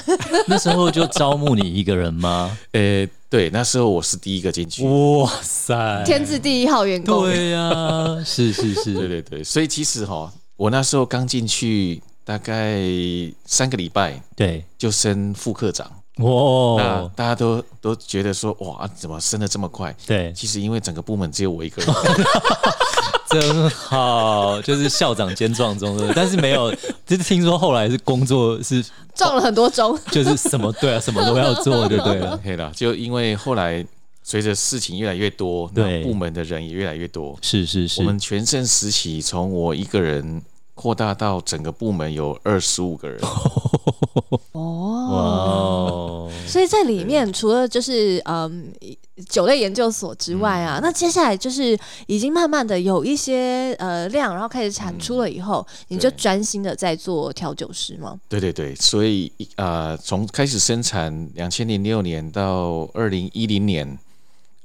[SPEAKER 1] 那时候就招募你一个人吗？
[SPEAKER 3] 呃，对，那时候我是第一个进去。
[SPEAKER 1] 哇塞，
[SPEAKER 2] 天字第一号员工。
[SPEAKER 1] 对呀，是是
[SPEAKER 3] 对
[SPEAKER 1] 是，
[SPEAKER 3] 对对，所以其实哈，我那时候刚进去大概三个礼拜
[SPEAKER 1] 对，
[SPEAKER 3] 就升副科长，那
[SPEAKER 1] 哇，
[SPEAKER 3] 大家都都觉得说哇、啊怎么升的这么快？
[SPEAKER 1] 对，
[SPEAKER 3] 其实因为整个部门只有我一个人，
[SPEAKER 1] 真好，就是校长兼撞钟，对不对 但是没有，就是听说后来是工作是
[SPEAKER 2] 撞了很多钟，
[SPEAKER 1] 就是什么对啊，什么都要做，对不对了？
[SPEAKER 3] 对啊啦，就因为后来随着事情越来越多，
[SPEAKER 1] 对
[SPEAKER 3] 那部门的人也越来越多，
[SPEAKER 1] 是是
[SPEAKER 3] 我们
[SPEAKER 1] 是，
[SPEAKER 3] 全盛时期从我一个人扩大到整个部门有二十五 个人，
[SPEAKER 1] 哇哦，
[SPEAKER 2] 所以在里面除了就是嗯酒类研究所之外
[SPEAKER 1] 嗯
[SPEAKER 2] 啊，那接下来就是已经慢慢的有一些呃量，然后开始产出
[SPEAKER 1] 嗯
[SPEAKER 2] 了以后，你就
[SPEAKER 3] 对
[SPEAKER 2] 专心的在做调酒师吗？
[SPEAKER 3] 对对对，所以一啊，从、开始生产两千零六年到二零一零年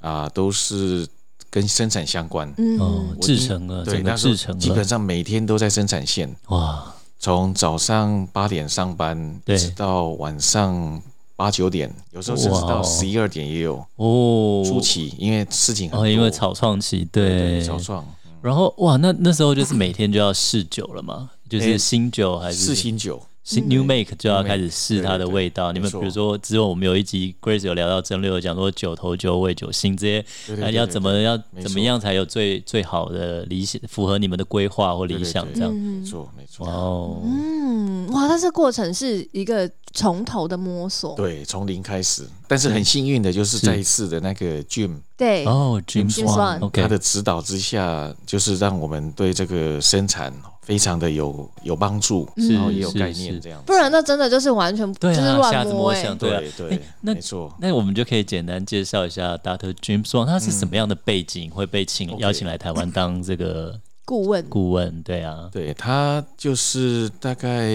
[SPEAKER 3] 啊、都是跟生产相关。
[SPEAKER 1] 哦
[SPEAKER 2] 嗯，，
[SPEAKER 1] 制成了，
[SPEAKER 3] 对，
[SPEAKER 1] 整个
[SPEAKER 3] 那时候
[SPEAKER 1] 制成
[SPEAKER 3] 基本
[SPEAKER 1] 了，
[SPEAKER 3] 上每天都在生产线，
[SPEAKER 1] 哇，
[SPEAKER 3] 从早上八点上班，
[SPEAKER 1] 对
[SPEAKER 3] 一直到晚上八九点，有时候甚至
[SPEAKER 1] 哇哦
[SPEAKER 3] 到十一二点也有。
[SPEAKER 1] 哦，
[SPEAKER 3] 初期因为事情很多，
[SPEAKER 1] 哦，因为草创期，对
[SPEAKER 3] 对，草创
[SPEAKER 1] 然后哇，那那时候就是每天就要试酒了嘛，就是
[SPEAKER 3] 诶
[SPEAKER 1] 新酒还
[SPEAKER 3] 四
[SPEAKER 1] 是
[SPEAKER 3] 新酒，
[SPEAKER 1] 新
[SPEAKER 2] 嗯
[SPEAKER 1] new make 就要
[SPEAKER 3] New make，
[SPEAKER 1] 开始试它的味道。你
[SPEAKER 3] 对对对
[SPEAKER 1] 们比
[SPEAKER 3] 没错
[SPEAKER 1] 如说之后我们有一集 Grace 有聊到蒸馏，有讲说酒头、酒尾、酒心这些，
[SPEAKER 3] 对对
[SPEAKER 1] 那
[SPEAKER 3] 对
[SPEAKER 1] 要怎么要
[SPEAKER 3] 没错
[SPEAKER 1] 怎么样才有最最好的理想，符合你们的规划或
[SPEAKER 3] 对
[SPEAKER 1] 理
[SPEAKER 3] 对
[SPEAKER 1] 想
[SPEAKER 3] 对
[SPEAKER 1] 这样。
[SPEAKER 3] 没
[SPEAKER 2] 嗯
[SPEAKER 3] 错没错
[SPEAKER 1] 哇。哦，
[SPEAKER 2] 嗯但是过程是一个从头的摸索，
[SPEAKER 3] 对，从零开始。但是很幸运的就是
[SPEAKER 1] 是
[SPEAKER 3] 再一次的那个 Jim
[SPEAKER 2] 对，
[SPEAKER 1] 哦，James
[SPEAKER 2] James Wan
[SPEAKER 1] Wan，OK，、
[SPEAKER 3] 他的指导之下，就是让我们对这个生产哦非常的有有帮助，
[SPEAKER 2] 嗯
[SPEAKER 3] 然后哦也有
[SPEAKER 1] 是
[SPEAKER 3] 概
[SPEAKER 1] 是
[SPEAKER 3] 念这样子。
[SPEAKER 2] 不然那真的就是完全就
[SPEAKER 1] 对
[SPEAKER 2] 是
[SPEAKER 1] 啊，瞎
[SPEAKER 2] 乱
[SPEAKER 1] 子
[SPEAKER 2] 摸
[SPEAKER 1] 摸
[SPEAKER 2] 哎、
[SPEAKER 1] 象，对啊
[SPEAKER 3] 对。对，
[SPEAKER 1] 那
[SPEAKER 3] 没错。
[SPEAKER 1] 那我们就可以简单介绍一下 Dr. James Wong，他是什么样的背景会被请、
[SPEAKER 3] 嗯 OK
[SPEAKER 1] 邀请来台湾当这个
[SPEAKER 2] 顾问
[SPEAKER 1] 顾问？对啊，
[SPEAKER 3] 对他就是大概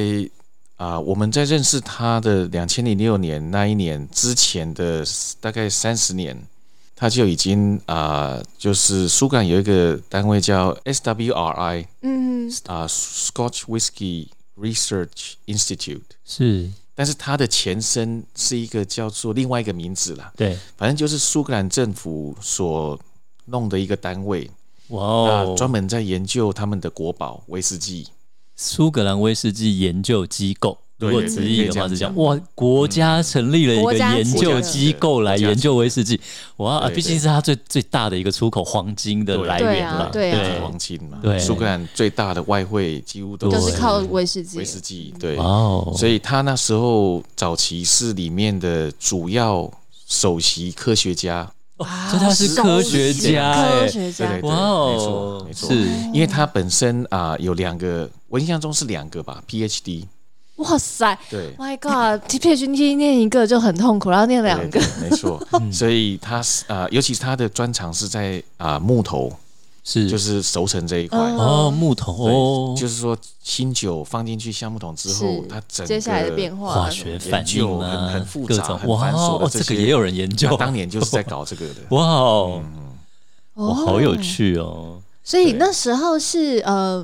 [SPEAKER 3] 啊、我们在认识他的两千零六年那一年之前的大概三十年，他就已经啊、就是苏港有一个单位叫 SWRI
[SPEAKER 2] 嗯
[SPEAKER 3] 啊、Scotch Whisky Research Institute，
[SPEAKER 1] 是，
[SPEAKER 3] 但是它的前身是一个叫做另外一个名字啦，
[SPEAKER 1] 对，
[SPEAKER 3] 反正就是苏格兰政府所弄的一个单位，
[SPEAKER 1] 哇
[SPEAKER 3] 啊、
[SPEAKER 1] 哦，
[SPEAKER 3] 专门在研究他们的国宝威士忌。
[SPEAKER 1] 苏格兰威士忌研究机构。
[SPEAKER 3] 对
[SPEAKER 1] 如果直译的话是这
[SPEAKER 3] 可以这
[SPEAKER 1] 样，
[SPEAKER 3] 样讲
[SPEAKER 1] 哇，国家成立了一
[SPEAKER 2] 国
[SPEAKER 1] 个
[SPEAKER 2] 家
[SPEAKER 1] 研
[SPEAKER 2] 级的
[SPEAKER 1] 究机构来研究威士忌，哇，啊
[SPEAKER 3] 对对
[SPEAKER 1] 毕竟是它最最大的一个出口黄金的
[SPEAKER 3] 对
[SPEAKER 1] 来
[SPEAKER 2] 对
[SPEAKER 1] 源
[SPEAKER 2] 啊
[SPEAKER 1] 了，
[SPEAKER 2] 对啊
[SPEAKER 3] 黄金嘛，
[SPEAKER 1] 对
[SPEAKER 3] 苏格兰最大的外汇几乎都
[SPEAKER 1] 对
[SPEAKER 2] 就是靠威士忌
[SPEAKER 3] 威士忌，对，
[SPEAKER 1] 哇哦，
[SPEAKER 3] 所
[SPEAKER 1] 以
[SPEAKER 3] 以他那时候早期是里面的主要首席科学家，
[SPEAKER 1] 哦所以他是
[SPEAKER 2] 首
[SPEAKER 1] 科学
[SPEAKER 2] 席
[SPEAKER 1] 家，
[SPEAKER 2] 科
[SPEAKER 1] 哎，
[SPEAKER 2] 学家
[SPEAKER 3] 对对
[SPEAKER 1] 哇哦，
[SPEAKER 3] 没错没错
[SPEAKER 1] 是
[SPEAKER 3] 因为他本身啊、有两个，我印象中是两个吧，PhD，
[SPEAKER 2] 哇塞
[SPEAKER 3] 对。
[SPEAKER 2] ，My God，PhD 念一个就很痛苦，然后念两个，
[SPEAKER 3] 对，对对没 错。
[SPEAKER 1] 嗯
[SPEAKER 3] 所以他是啊、尤其是他的专长是在啊、木头，
[SPEAKER 1] 是，
[SPEAKER 3] 就是熟成这一块。
[SPEAKER 2] 嗯
[SPEAKER 1] 哦，木头
[SPEAKER 3] 对
[SPEAKER 1] 嗯哦，
[SPEAKER 3] 就是说新酒放进去橡木桶之后
[SPEAKER 2] 是，
[SPEAKER 3] 它整个
[SPEAKER 2] 接下来的变化
[SPEAKER 1] 化学反应啊，
[SPEAKER 3] 研究很很复
[SPEAKER 1] 各
[SPEAKER 3] 杂
[SPEAKER 1] 种
[SPEAKER 3] 很
[SPEAKER 1] 哇
[SPEAKER 3] 繁琐的
[SPEAKER 1] 哦，这
[SPEAKER 3] 这
[SPEAKER 1] 个
[SPEAKER 3] 些
[SPEAKER 1] 也有人研究。
[SPEAKER 3] 他，当嗯年就是在搞这个的
[SPEAKER 1] 哇哦，哇
[SPEAKER 2] 哦
[SPEAKER 1] 好有。趣哦，
[SPEAKER 2] 所以
[SPEAKER 3] 对
[SPEAKER 2] 那时候是呃，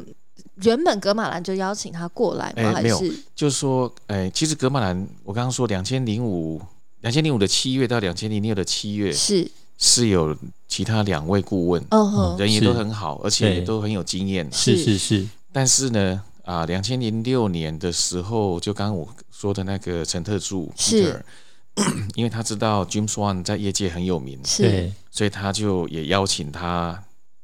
[SPEAKER 2] 原本格马兰就邀请他过来吗？
[SPEAKER 3] 哎
[SPEAKER 2] 还
[SPEAKER 3] 没有
[SPEAKER 2] 是
[SPEAKER 3] 就是说，哎，其实格马兰，我刚刚说两千零五、两千零五的七月到两千零六的七月
[SPEAKER 2] 是
[SPEAKER 3] 是有其他两位顾问，
[SPEAKER 2] 嗯哼
[SPEAKER 3] 人也
[SPEAKER 1] 是
[SPEAKER 3] 都很好，而且
[SPEAKER 1] 对
[SPEAKER 3] 也都很有经验。
[SPEAKER 1] 是
[SPEAKER 2] 是
[SPEAKER 1] 是是，
[SPEAKER 3] 但是呢，啊，两千零六年的时候，就刚刚我说的那个陈特助
[SPEAKER 2] 是
[SPEAKER 3] Peter，因为他知道 James Wan 在业界很有名，
[SPEAKER 2] 是
[SPEAKER 1] 对，
[SPEAKER 3] 所以他就也邀请他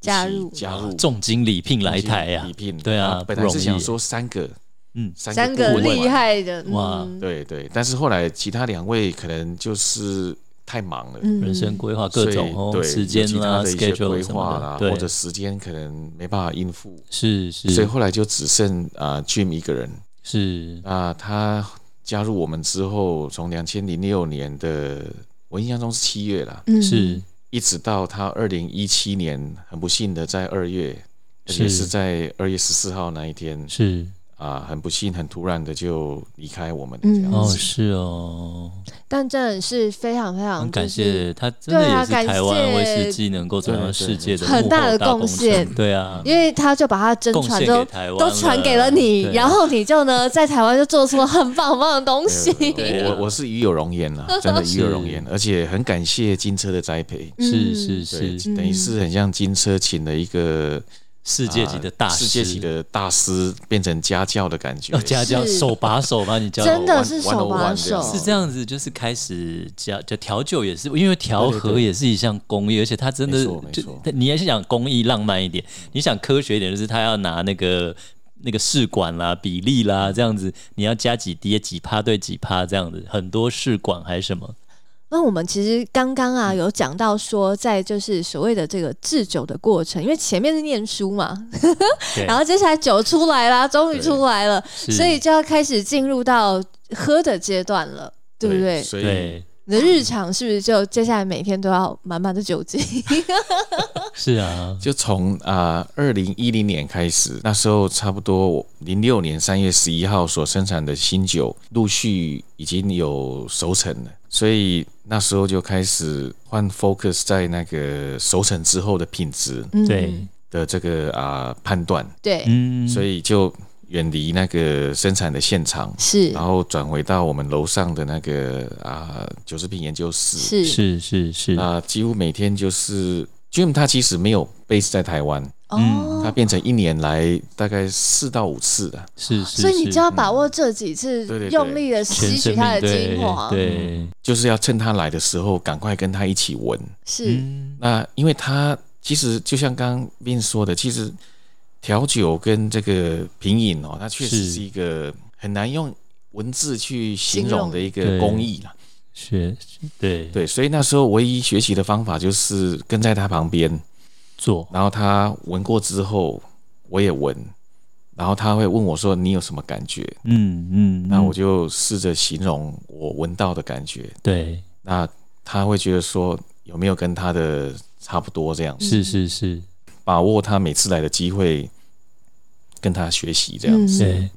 [SPEAKER 3] 一起
[SPEAKER 2] 加入
[SPEAKER 3] 加入
[SPEAKER 1] 重金礼聘啊来台呀
[SPEAKER 3] 礼，聘
[SPEAKER 1] 对啊
[SPEAKER 3] 本
[SPEAKER 1] 不
[SPEAKER 3] 来
[SPEAKER 1] 容
[SPEAKER 3] 是
[SPEAKER 1] 易
[SPEAKER 3] 想说三个，
[SPEAKER 1] 嗯
[SPEAKER 3] 三
[SPEAKER 2] 三
[SPEAKER 3] 个
[SPEAKER 2] 个
[SPEAKER 3] 顾问
[SPEAKER 2] 厉，害的
[SPEAKER 1] 哇
[SPEAKER 2] 嗯
[SPEAKER 3] 对对，但是后来其他两位可能就是太忙了，
[SPEAKER 2] 嗯
[SPEAKER 1] 人生规划
[SPEAKER 3] 所
[SPEAKER 1] 各
[SPEAKER 3] 以
[SPEAKER 1] 种哦
[SPEAKER 3] 对
[SPEAKER 1] 时间
[SPEAKER 3] 有其
[SPEAKER 1] 啦
[SPEAKER 3] 他的一些
[SPEAKER 1] ，schedule
[SPEAKER 3] 规
[SPEAKER 1] 什
[SPEAKER 3] 划
[SPEAKER 1] 么
[SPEAKER 3] 啦
[SPEAKER 1] 的，，
[SPEAKER 3] 或
[SPEAKER 1] 对
[SPEAKER 3] 者，时间可能没办法应付，
[SPEAKER 1] 是
[SPEAKER 3] 所以
[SPEAKER 1] 是
[SPEAKER 3] 后来就只剩啊 Jim 一个人。
[SPEAKER 1] 是，
[SPEAKER 3] 那他加入我们之后，从两千零六年的我印象中是七月啦，
[SPEAKER 2] 嗯
[SPEAKER 1] 是
[SPEAKER 3] 一直到他二零一七年，很不幸的在二月，而且
[SPEAKER 1] 是
[SPEAKER 3] 是在二月十四号那一天
[SPEAKER 1] 是
[SPEAKER 3] 啊，很不幸、很突然的就离开我们了
[SPEAKER 2] 嗯
[SPEAKER 3] 这样
[SPEAKER 1] 哦
[SPEAKER 3] 子。
[SPEAKER 1] 是哦，
[SPEAKER 2] 但真的是非常非常
[SPEAKER 1] 很
[SPEAKER 2] 就
[SPEAKER 1] 感
[SPEAKER 2] 是，
[SPEAKER 1] 谢他，真的
[SPEAKER 2] 对啊
[SPEAKER 1] 也是
[SPEAKER 2] 感
[SPEAKER 1] 台湾威
[SPEAKER 2] 谢
[SPEAKER 1] 士忌能够走
[SPEAKER 3] 对
[SPEAKER 1] 向
[SPEAKER 3] 对
[SPEAKER 1] 世界的
[SPEAKER 2] 很
[SPEAKER 1] 幕
[SPEAKER 2] 大
[SPEAKER 1] 后
[SPEAKER 2] 的
[SPEAKER 1] 大
[SPEAKER 2] 贡
[SPEAKER 1] 工
[SPEAKER 2] 献
[SPEAKER 1] 程，对啊，
[SPEAKER 2] 因为他就把他真
[SPEAKER 1] 贡
[SPEAKER 2] 传
[SPEAKER 1] 献
[SPEAKER 2] 都
[SPEAKER 1] 给台湾
[SPEAKER 2] 都传给了你，
[SPEAKER 1] 对
[SPEAKER 2] 然后你就呢在台湾就做出了很棒很棒的东西。
[SPEAKER 1] 对啊
[SPEAKER 3] 呃 我我是与有荣焉 啦，真的与有荣焉，而且很感谢金车的栽培，
[SPEAKER 1] 是
[SPEAKER 2] 嗯
[SPEAKER 1] 是
[SPEAKER 3] 对，
[SPEAKER 1] 是
[SPEAKER 3] 等于是很像金车请了一个
[SPEAKER 1] 世界级的大
[SPEAKER 3] 啊
[SPEAKER 1] 师，
[SPEAKER 3] 世界级的大师，变成家教的感觉
[SPEAKER 1] 要，家教
[SPEAKER 2] 是
[SPEAKER 1] 手把手把你教
[SPEAKER 2] 真的是
[SPEAKER 3] 玩玩
[SPEAKER 2] 手
[SPEAKER 3] 玩
[SPEAKER 2] 把
[SPEAKER 3] 玩这
[SPEAKER 2] 手
[SPEAKER 3] 样，
[SPEAKER 1] 是这样子，就是开始加就调酒也是，因为调
[SPEAKER 3] 对对
[SPEAKER 1] 和
[SPEAKER 3] 对
[SPEAKER 1] 也是一项工艺，而且它真的
[SPEAKER 3] 没错没
[SPEAKER 1] 就
[SPEAKER 3] 错
[SPEAKER 1] 但你也是想工艺浪漫一点，你想科学一点，就是他要拿那个那个试管啦、比例啦
[SPEAKER 3] 嗯
[SPEAKER 1] 这样子，你要加几滴几趴对几趴这样子，很多试管还是什么，
[SPEAKER 2] 那我们其实刚刚
[SPEAKER 1] 嗯
[SPEAKER 2] 啊有讲到说，在就是所谓的这个制酒的过程，因为前面是念书嘛，
[SPEAKER 1] 对
[SPEAKER 2] 然后接下来酒出来啦，终于
[SPEAKER 3] 对
[SPEAKER 2] 出来了，
[SPEAKER 1] 是
[SPEAKER 2] 所以就要开始进入到喝的阶段了，对不对？
[SPEAKER 3] 所以
[SPEAKER 1] 对，
[SPEAKER 2] 你的日常是不是就接下来每天都要满满的酒精？
[SPEAKER 1] 是啊，
[SPEAKER 3] 就从啊二零一零年开始，那时候差不多零六年三月十一号所生产的新酒，陆续已经有熟成了，所以那时候就开始换 focus 在那个熟成之后的品质
[SPEAKER 2] 嗯
[SPEAKER 1] 对，
[SPEAKER 3] 的这个啊、判断，
[SPEAKER 2] 对，
[SPEAKER 1] 嗯，
[SPEAKER 3] 所以就远离那个生产的现场。
[SPEAKER 2] 是
[SPEAKER 1] 啊
[SPEAKER 3] 然后转回到我们楼上的那个啊酒制品研究室，
[SPEAKER 2] 是
[SPEAKER 1] 是是是，
[SPEAKER 3] 那几乎每天就是 Jim 他其实没有 base 在台湾，
[SPEAKER 2] 哦
[SPEAKER 1] 嗯
[SPEAKER 3] 它，变成一年来大概四到五次啊的，
[SPEAKER 1] 是是，
[SPEAKER 2] 所以你
[SPEAKER 1] 是
[SPEAKER 2] 就要把握这几次
[SPEAKER 3] 嗯对对，对
[SPEAKER 2] 用力的吸
[SPEAKER 1] 全
[SPEAKER 2] 取
[SPEAKER 1] 生
[SPEAKER 2] 它的
[SPEAKER 1] 命
[SPEAKER 2] 精华，
[SPEAKER 1] 对对，
[SPEAKER 3] 就是要趁它来的时候赶快跟它一起闻。
[SPEAKER 2] 是
[SPEAKER 1] 嗯
[SPEAKER 3] 那因为它其实就像刚刚 Vin 说的，其实调酒跟这个品饮哦，它确实
[SPEAKER 1] 是
[SPEAKER 3] 是一个很难用文字去形
[SPEAKER 2] 形容
[SPEAKER 3] 容的一
[SPEAKER 1] 对
[SPEAKER 3] 个工艺啦。
[SPEAKER 1] 学对
[SPEAKER 3] 对，所以那时候唯一学习的方法就是跟在他旁边，
[SPEAKER 1] 做
[SPEAKER 3] 然后他闻过之后，我也闻，然后他会问我说：“你有什么感觉？”
[SPEAKER 1] 嗯嗯，
[SPEAKER 3] 那
[SPEAKER 1] 嗯
[SPEAKER 3] 我就试着形容我闻到的感觉，
[SPEAKER 1] 对
[SPEAKER 3] 那他会觉得说有没有跟他的差不多这样子，
[SPEAKER 1] 是是是，
[SPEAKER 3] 把握他每次来的机会，跟他学习这
[SPEAKER 2] 嗯
[SPEAKER 3] 样子。
[SPEAKER 1] 对，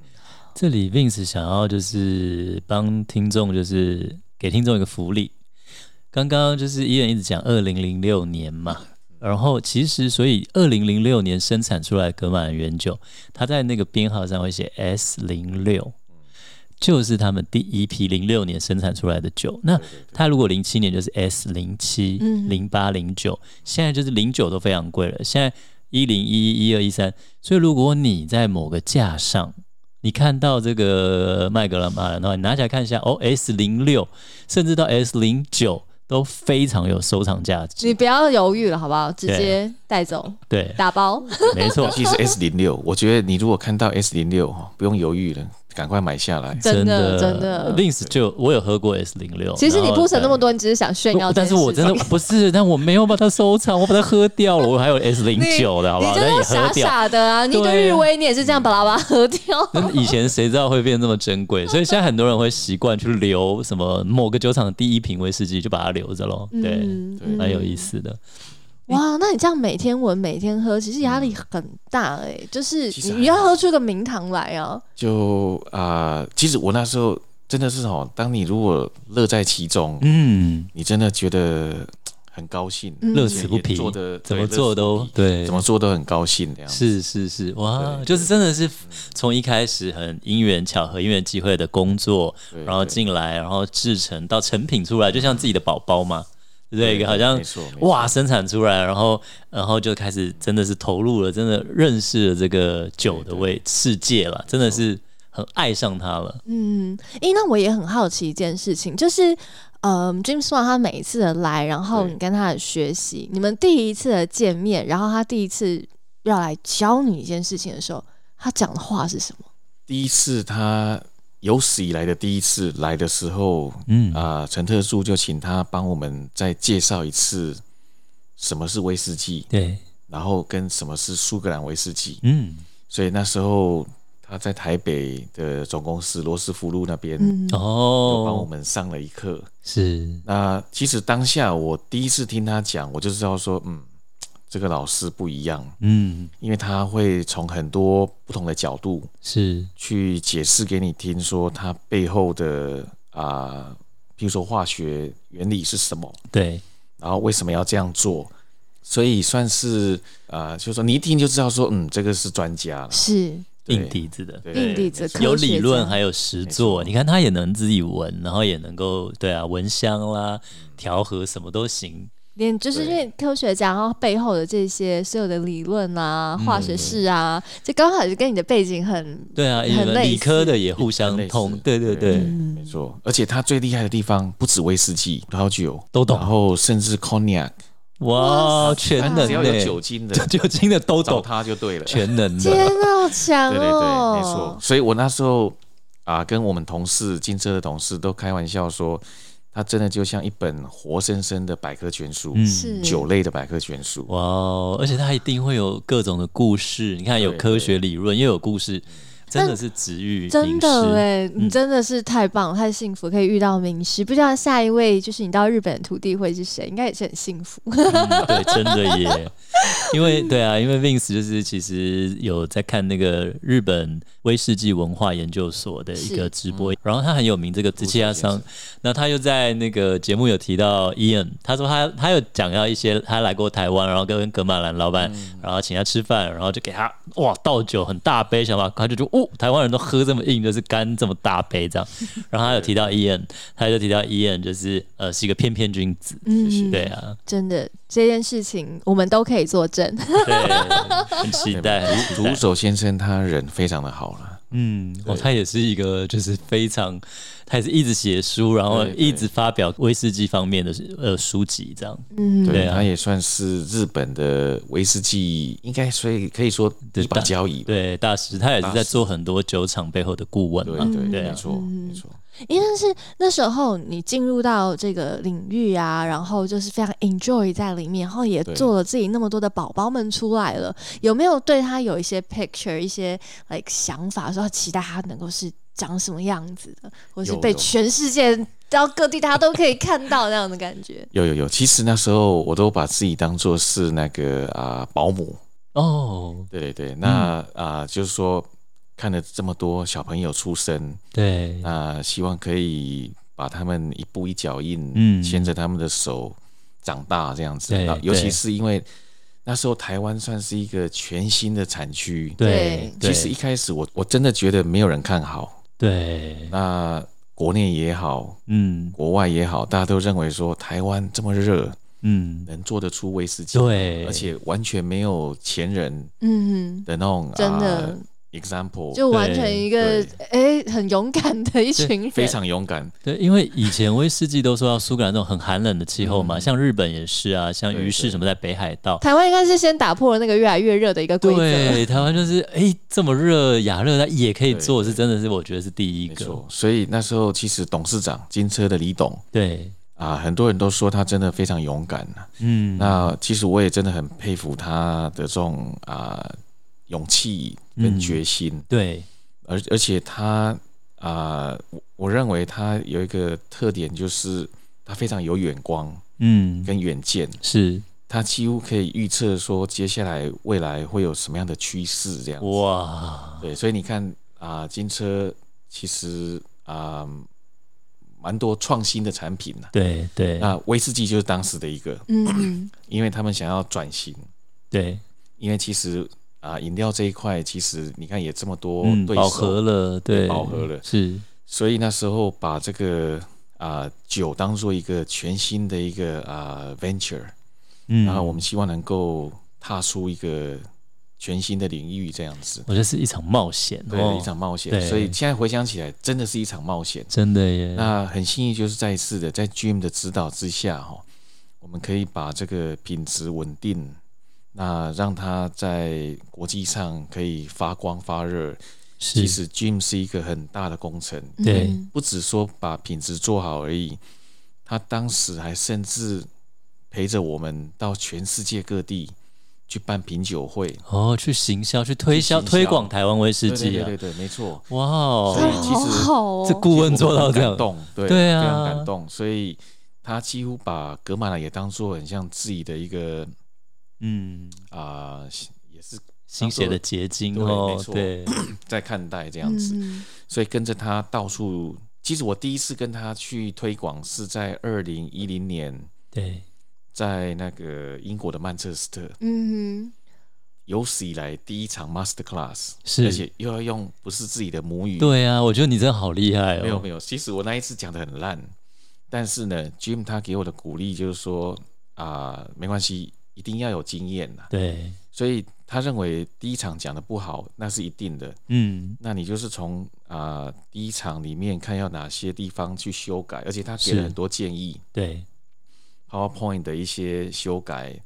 [SPEAKER 1] 这里 Vince 想要就是帮听众，就是给听众一个福利。刚刚就是伊人一直讲二零零六年嘛，然后其实所以二零零六年生产出来的格马兰原酒，它在那个编号上会写 S 零六。就是他们第一批零六年生产出来的酒，那它如果零七年就是 S 零七、
[SPEAKER 2] 嗯
[SPEAKER 1] 零八、零九，现在就是零九都非常贵了，现在一零一一、一二、一三，所以如果你在某个架上，你看到这个麦格拉马兰的话，你拿起来看一下，哦，S 零六甚至到 S 零九都非常有收藏价值。
[SPEAKER 2] 你不要犹豫了，好不好？直接带走，
[SPEAKER 1] 对，
[SPEAKER 2] 打包。
[SPEAKER 1] 没错
[SPEAKER 3] 尤，其是 S 零六，我觉得你如果看到 S 零六哈，不用犹豫了，赶快买下
[SPEAKER 1] 嗯
[SPEAKER 3] 来。
[SPEAKER 2] 真的
[SPEAKER 1] 的
[SPEAKER 2] 真的
[SPEAKER 1] Vince 就我有喝过 S 零六，
[SPEAKER 2] 其实你
[SPEAKER 1] 哦然后
[SPEAKER 2] 铺成那么多，你只是想炫耀
[SPEAKER 1] 不
[SPEAKER 2] 这件
[SPEAKER 1] 但
[SPEAKER 2] 事
[SPEAKER 1] 是
[SPEAKER 2] 情。
[SPEAKER 1] 我真 的不是，但我没有把它收藏，我把它喝掉了。我还有 S 零九的，好不好？
[SPEAKER 2] 你真
[SPEAKER 1] 但也
[SPEAKER 2] 的
[SPEAKER 1] 喝
[SPEAKER 2] 傻
[SPEAKER 1] 掉。
[SPEAKER 2] 傻的啊！你一堆
[SPEAKER 1] 对嗯
[SPEAKER 2] 日威你也是这样把喇叭 喝掉。
[SPEAKER 1] 那以前谁知道会变这么珍贵？所以现在很多人会习惯去留什么某个酒厂的第一瓶威士忌，就把它留着喽。对，哎
[SPEAKER 2] 嗯
[SPEAKER 3] 对
[SPEAKER 1] 蛮有意。思的。
[SPEAKER 2] 哇，那你这样每天闻每天喝，其实压力
[SPEAKER 1] 嗯
[SPEAKER 2] 很大哎、就是
[SPEAKER 3] 其实
[SPEAKER 2] 你要
[SPEAKER 3] 还好
[SPEAKER 2] 喝出个名堂来啊。
[SPEAKER 3] 就啊、呃其实我那时候真的是哦，当你如果乐在其中，
[SPEAKER 1] 嗯，
[SPEAKER 3] 你真的觉得很高兴，
[SPEAKER 2] 嗯
[SPEAKER 1] 乐此不
[SPEAKER 3] 也
[SPEAKER 1] 疲，
[SPEAKER 3] 做的
[SPEAKER 1] 怎么做都对，
[SPEAKER 3] 怎么做都很高兴这样
[SPEAKER 1] 是
[SPEAKER 3] 子。
[SPEAKER 1] 是是，哇，
[SPEAKER 3] 对
[SPEAKER 1] 就是真的是从一开始很因缘巧合、因缘机会的工作，
[SPEAKER 3] 对
[SPEAKER 1] 然后
[SPEAKER 3] 对
[SPEAKER 1] 进来，然后制成到成品出来，就像自己的宝宝嘛，对不对？一个好像
[SPEAKER 3] 没错，没错
[SPEAKER 1] 哇生产出来，然后然后就开始真的是投入了，真的认识了这个酒的
[SPEAKER 3] 对对
[SPEAKER 1] 味世界了，真的是很爱上它了。
[SPEAKER 2] 嗯，诶，那我也很好奇一件事情，就是，嗯，James Wan 他每一次的来，然后
[SPEAKER 3] 对
[SPEAKER 2] 你跟他的学习，你们第一次的见面，然后他第一次要来教你一件事情的时候，他讲的话是什么？
[SPEAKER 3] 第一次他有史以来的第一次来的时候，
[SPEAKER 1] 嗯
[SPEAKER 3] 啊、陈特助就请他帮我们再介绍一次什么是威士忌，
[SPEAKER 1] 对，
[SPEAKER 3] 然后跟什么是苏格兰威士忌。
[SPEAKER 1] 嗯，
[SPEAKER 3] 所以那时候他在台北的总公司罗斯福路那边
[SPEAKER 2] 嗯，
[SPEAKER 3] 有帮我
[SPEAKER 1] 哦，
[SPEAKER 3] 们上了一课。
[SPEAKER 1] 是，
[SPEAKER 3] 那其实当下我第一次听他讲，我就知道说，嗯，这个老师不一样，
[SPEAKER 1] 嗯，
[SPEAKER 3] 因为他会从很多不同的角度
[SPEAKER 1] 是，
[SPEAKER 3] 去解释给你听，说它背后的啊、譬如说化学原理是什么，
[SPEAKER 1] 对，
[SPEAKER 3] 然后为什么要这样做，所以算是啊、就是说你一听就知道说，嗯，这个是专家了，
[SPEAKER 2] 是
[SPEAKER 3] 对
[SPEAKER 1] 硬底子的。
[SPEAKER 3] 对
[SPEAKER 2] 硬底子，科
[SPEAKER 1] 有
[SPEAKER 2] 学
[SPEAKER 1] 理
[SPEAKER 2] 家
[SPEAKER 1] 论还有实做，
[SPEAKER 3] 没错
[SPEAKER 1] 你看他也能自己闻，然后也能够对啊，闻香啦、调和什么都行。
[SPEAKER 2] 连就是因
[SPEAKER 3] 对
[SPEAKER 2] 为科学家，然后背后的这些所有的理论啊、
[SPEAKER 3] 嗯
[SPEAKER 2] 化学式啊，这刚好就跟你的背景很
[SPEAKER 1] 对啊，因为
[SPEAKER 2] 类似
[SPEAKER 1] 理科的也互相
[SPEAKER 3] 类似嗯
[SPEAKER 1] 通，对对对，
[SPEAKER 3] 没错。而且它最厉害的地方不止威士忌、葡萄酒
[SPEAKER 1] 都懂
[SPEAKER 3] 然后甚至 cognac，
[SPEAKER 1] 哇，全
[SPEAKER 3] 它
[SPEAKER 1] 能
[SPEAKER 3] 只要有
[SPEAKER 1] 呢
[SPEAKER 3] 酒 精的，
[SPEAKER 1] 酒精的都
[SPEAKER 3] 找
[SPEAKER 1] 懂，
[SPEAKER 3] 它就对了。
[SPEAKER 1] 全能
[SPEAKER 2] 天
[SPEAKER 1] 的，
[SPEAKER 2] 啊，好强
[SPEAKER 3] 对对对，没错
[SPEAKER 2] 哦！！
[SPEAKER 3] 所以我那时候啊，跟我们同事金车的同事都开玩笑说，它真的就像一本活生生的百科全书，
[SPEAKER 2] 是
[SPEAKER 3] 嗯酒类的百科全书。
[SPEAKER 1] 哇哦，而且他一定会有各种的故事，你看有
[SPEAKER 3] 对
[SPEAKER 1] 科学理论，又有故事，真的是植欲
[SPEAKER 2] 真的
[SPEAKER 1] 哎，
[SPEAKER 2] 哎，
[SPEAKER 3] 嗯
[SPEAKER 2] 你真的是太棒、太幸福，可以遇到名师。不知道下一位就是你到日本的徒弟会是谁，应该也是很幸福。
[SPEAKER 1] 嗯 对，真的耶。因为对啊，因为 Vince 就是其实有在看那个日本威士忌文化研究所的一个
[SPEAKER 2] 是嗯
[SPEAKER 1] 直播，然后他很有名，这个吉亚
[SPEAKER 3] 先
[SPEAKER 1] 桑
[SPEAKER 3] 生，
[SPEAKER 1] 那他又在那个节目有提到 Ian，他说他他有讲到一些他来过台湾，然后跟格马兰老板，
[SPEAKER 2] 嗯
[SPEAKER 1] 然后请他吃饭，然后就给他哇倒酒很大杯，想法他就觉得哦，台湾人都喝这么硬，就是干这么大杯 这样。然后他有提到 Ian，他就提到 Ian 就是呃是一个翩翩君子，
[SPEAKER 2] 嗯，
[SPEAKER 1] 对啊，
[SPEAKER 2] 真的这件事情我们都可以作证。
[SPEAKER 1] 对，很期待，很期
[SPEAKER 3] 竹
[SPEAKER 1] 待。
[SPEAKER 3] 手先生他人非常的好了，
[SPEAKER 1] 嗯，哦，
[SPEAKER 3] 对
[SPEAKER 1] 他也是一个就是非常，他也是一直写书，然后
[SPEAKER 3] 对对
[SPEAKER 1] 一直发表威士忌方面的呃书籍这样。
[SPEAKER 2] 嗯，
[SPEAKER 1] 对
[SPEAKER 3] 对，
[SPEAKER 1] 啊
[SPEAKER 3] 他也算是日本的威士忌，应该所以可以说
[SPEAKER 1] 对
[SPEAKER 3] 一把
[SPEAKER 1] 大
[SPEAKER 3] 交椅吧。
[SPEAKER 1] 对，大师他也是
[SPEAKER 3] 大
[SPEAKER 1] 在
[SPEAKER 3] 师
[SPEAKER 1] 做很多酒厂背后的顾问
[SPEAKER 3] 对
[SPEAKER 1] 嘛。
[SPEAKER 3] 对，
[SPEAKER 1] 对啊
[SPEAKER 3] 没错没错。
[SPEAKER 2] 因为是那时候你进入到这个领域啊，然后就是非常 enjoy 在里面，然后也
[SPEAKER 3] 对
[SPEAKER 2] 做了自己那么多的宝宝们出来了，有没有对他有一些 picture 一些 like 想法，说期待他能够是长什么样子的，或是
[SPEAKER 3] 有
[SPEAKER 2] 被
[SPEAKER 3] 有
[SPEAKER 2] 全世界到各地大家都可以看到那样的感 觉？
[SPEAKER 3] 有有有，其实那时候我都把自己当做是那个啊、保姆，
[SPEAKER 1] 哦，
[SPEAKER 3] 对对对，那啊、
[SPEAKER 1] 嗯
[SPEAKER 3] 就是说看了这么多小朋友出生，
[SPEAKER 1] 对，
[SPEAKER 3] 那希望可以把他们一步一脚印，
[SPEAKER 1] 嗯
[SPEAKER 3] 牵着他们的手长大这样子
[SPEAKER 1] 对。
[SPEAKER 3] 那尤
[SPEAKER 1] 对
[SPEAKER 3] 其是因为那时候台湾算是一个全新的产区，
[SPEAKER 1] 对，
[SPEAKER 3] 其实一开始我我真的觉得没有人看好，
[SPEAKER 1] 对，
[SPEAKER 3] 那国内也好，
[SPEAKER 1] 嗯
[SPEAKER 3] 国外也好，大家都认为说台湾这么热，
[SPEAKER 1] 嗯，
[SPEAKER 3] 能做得出威士忌，
[SPEAKER 1] 对，
[SPEAKER 3] 而且完全没有前人
[SPEAKER 2] 嗯哼，
[SPEAKER 3] 的那种
[SPEAKER 2] 真
[SPEAKER 3] 啊
[SPEAKER 2] 的、
[SPEAKER 3] example，
[SPEAKER 2] 就完全一个哎、很勇敢的一
[SPEAKER 1] 对
[SPEAKER 2] 群人，
[SPEAKER 3] 非常勇敢。
[SPEAKER 1] 对，因为以前威士忌都说要苏格兰那种很寒冷的气候嘛，像日本也是啊，像
[SPEAKER 3] 嗯对
[SPEAKER 1] 鱼市
[SPEAKER 3] 对
[SPEAKER 1] 什么在北海道。
[SPEAKER 2] 台湾应该是先打破了那个越来越热的一个规则，
[SPEAKER 1] 对，台湾就是哎，这么热，亚热它也可以
[SPEAKER 3] 对
[SPEAKER 1] 做，是
[SPEAKER 3] 对
[SPEAKER 1] 真的是我觉得是第一
[SPEAKER 3] 没
[SPEAKER 1] 个
[SPEAKER 3] 错，，所以那时候其实董事长金车的李董
[SPEAKER 1] 对，
[SPEAKER 3] 啊，很多人都说他真的非常勇敢、啊
[SPEAKER 1] 嗯，
[SPEAKER 3] 那其实我也真的很佩服他的这种啊勇气跟决心，
[SPEAKER 1] 对，
[SPEAKER 3] 而而且他啊，我我认为他有一个特点就是他非常有远光
[SPEAKER 1] 嗯，
[SPEAKER 3] 跟远见，
[SPEAKER 1] 是
[SPEAKER 3] 他几乎可以预测说接下来未来会有什么样的趋势这样子。
[SPEAKER 1] 哇，
[SPEAKER 3] 对，所以你看啊、金车其实啊、蛮多创新的产品呐、
[SPEAKER 1] 对对
[SPEAKER 3] 那威士忌就是当时的一个，
[SPEAKER 2] 嗯哼，
[SPEAKER 3] 因为他们想要转型，
[SPEAKER 1] 对，
[SPEAKER 3] 因为其实啊、饮料这一块其实你看也这么多
[SPEAKER 1] 嗯，
[SPEAKER 3] 对
[SPEAKER 1] 饱
[SPEAKER 3] 手，
[SPEAKER 1] 和了，对，
[SPEAKER 3] 饱和了
[SPEAKER 1] 是，
[SPEAKER 3] 所以那时候把这个啊、酒当做一个全新的一个啊、venture，、
[SPEAKER 1] 嗯，
[SPEAKER 3] 然后我们希望能够踏出一个全新的领域这样子。
[SPEAKER 1] 我觉得是一场冒险，
[SPEAKER 3] 对，
[SPEAKER 1] 哦
[SPEAKER 3] 一场冒险，
[SPEAKER 1] 对
[SPEAKER 3] 所以现在回想起来，真的是一场冒险。
[SPEAKER 1] 真的耶，
[SPEAKER 3] 那很幸运，就是再一次的在 Jim 的指导之下，哈，我们可以把这个品质稳定，那让它在国际上可以发光发热。其
[SPEAKER 1] 是，
[SPEAKER 3] 实 Jim 是一个很大的工程，
[SPEAKER 1] 对
[SPEAKER 2] 嗯
[SPEAKER 3] 不只说把品质做好而已，他当时还甚至陪着我们到全世界各地去办品酒会。
[SPEAKER 1] 哦，去行销，去推销，
[SPEAKER 3] 去行销
[SPEAKER 1] 推广台湾威士
[SPEAKER 3] 对对
[SPEAKER 1] 忌
[SPEAKER 3] 对
[SPEAKER 1] 啊
[SPEAKER 3] 对，对，没错。
[SPEAKER 1] 哇
[SPEAKER 3] 所以
[SPEAKER 1] 哦，
[SPEAKER 2] 他
[SPEAKER 3] 其实
[SPEAKER 2] 好好哦，
[SPEAKER 1] 这顾问做到这
[SPEAKER 3] 感
[SPEAKER 1] 样，
[SPEAKER 3] 动，对，
[SPEAKER 1] 对啊
[SPEAKER 3] 非常感动。所以他几乎把格马兰也当做很像自己的一个
[SPEAKER 1] 嗯，
[SPEAKER 3] 啊、也是
[SPEAKER 1] 心血的结晶
[SPEAKER 3] 对
[SPEAKER 1] 哦
[SPEAKER 3] 没，错
[SPEAKER 1] 对，
[SPEAKER 3] 在看待这样子。
[SPEAKER 2] 嗯
[SPEAKER 3] 所以跟着他到处，其实我第一次跟他去推广是在二零一零年，
[SPEAKER 1] 对，
[SPEAKER 3] 在那个英国的曼彻斯特，
[SPEAKER 2] 嗯
[SPEAKER 3] 有史以来第一场 Master Class，
[SPEAKER 1] 是
[SPEAKER 3] 而且又要用不是自己的母语，
[SPEAKER 1] 对啊，我觉得你真的好厉害哦，
[SPEAKER 3] 没有没有，其实我那一次讲的很烂，但是呢，Jim 他给我的鼓励就是说啊、没关系，一定要有经验呐。
[SPEAKER 1] 对，
[SPEAKER 3] 所以他认为第一场讲的不好，那是一定的。
[SPEAKER 1] 嗯，
[SPEAKER 3] 那你就是从啊、第一场里面看要哪些地方去修改，而且他给
[SPEAKER 1] 是
[SPEAKER 3] 了很多建议
[SPEAKER 1] 对，
[SPEAKER 3] ，PowerPoint 的一些修改，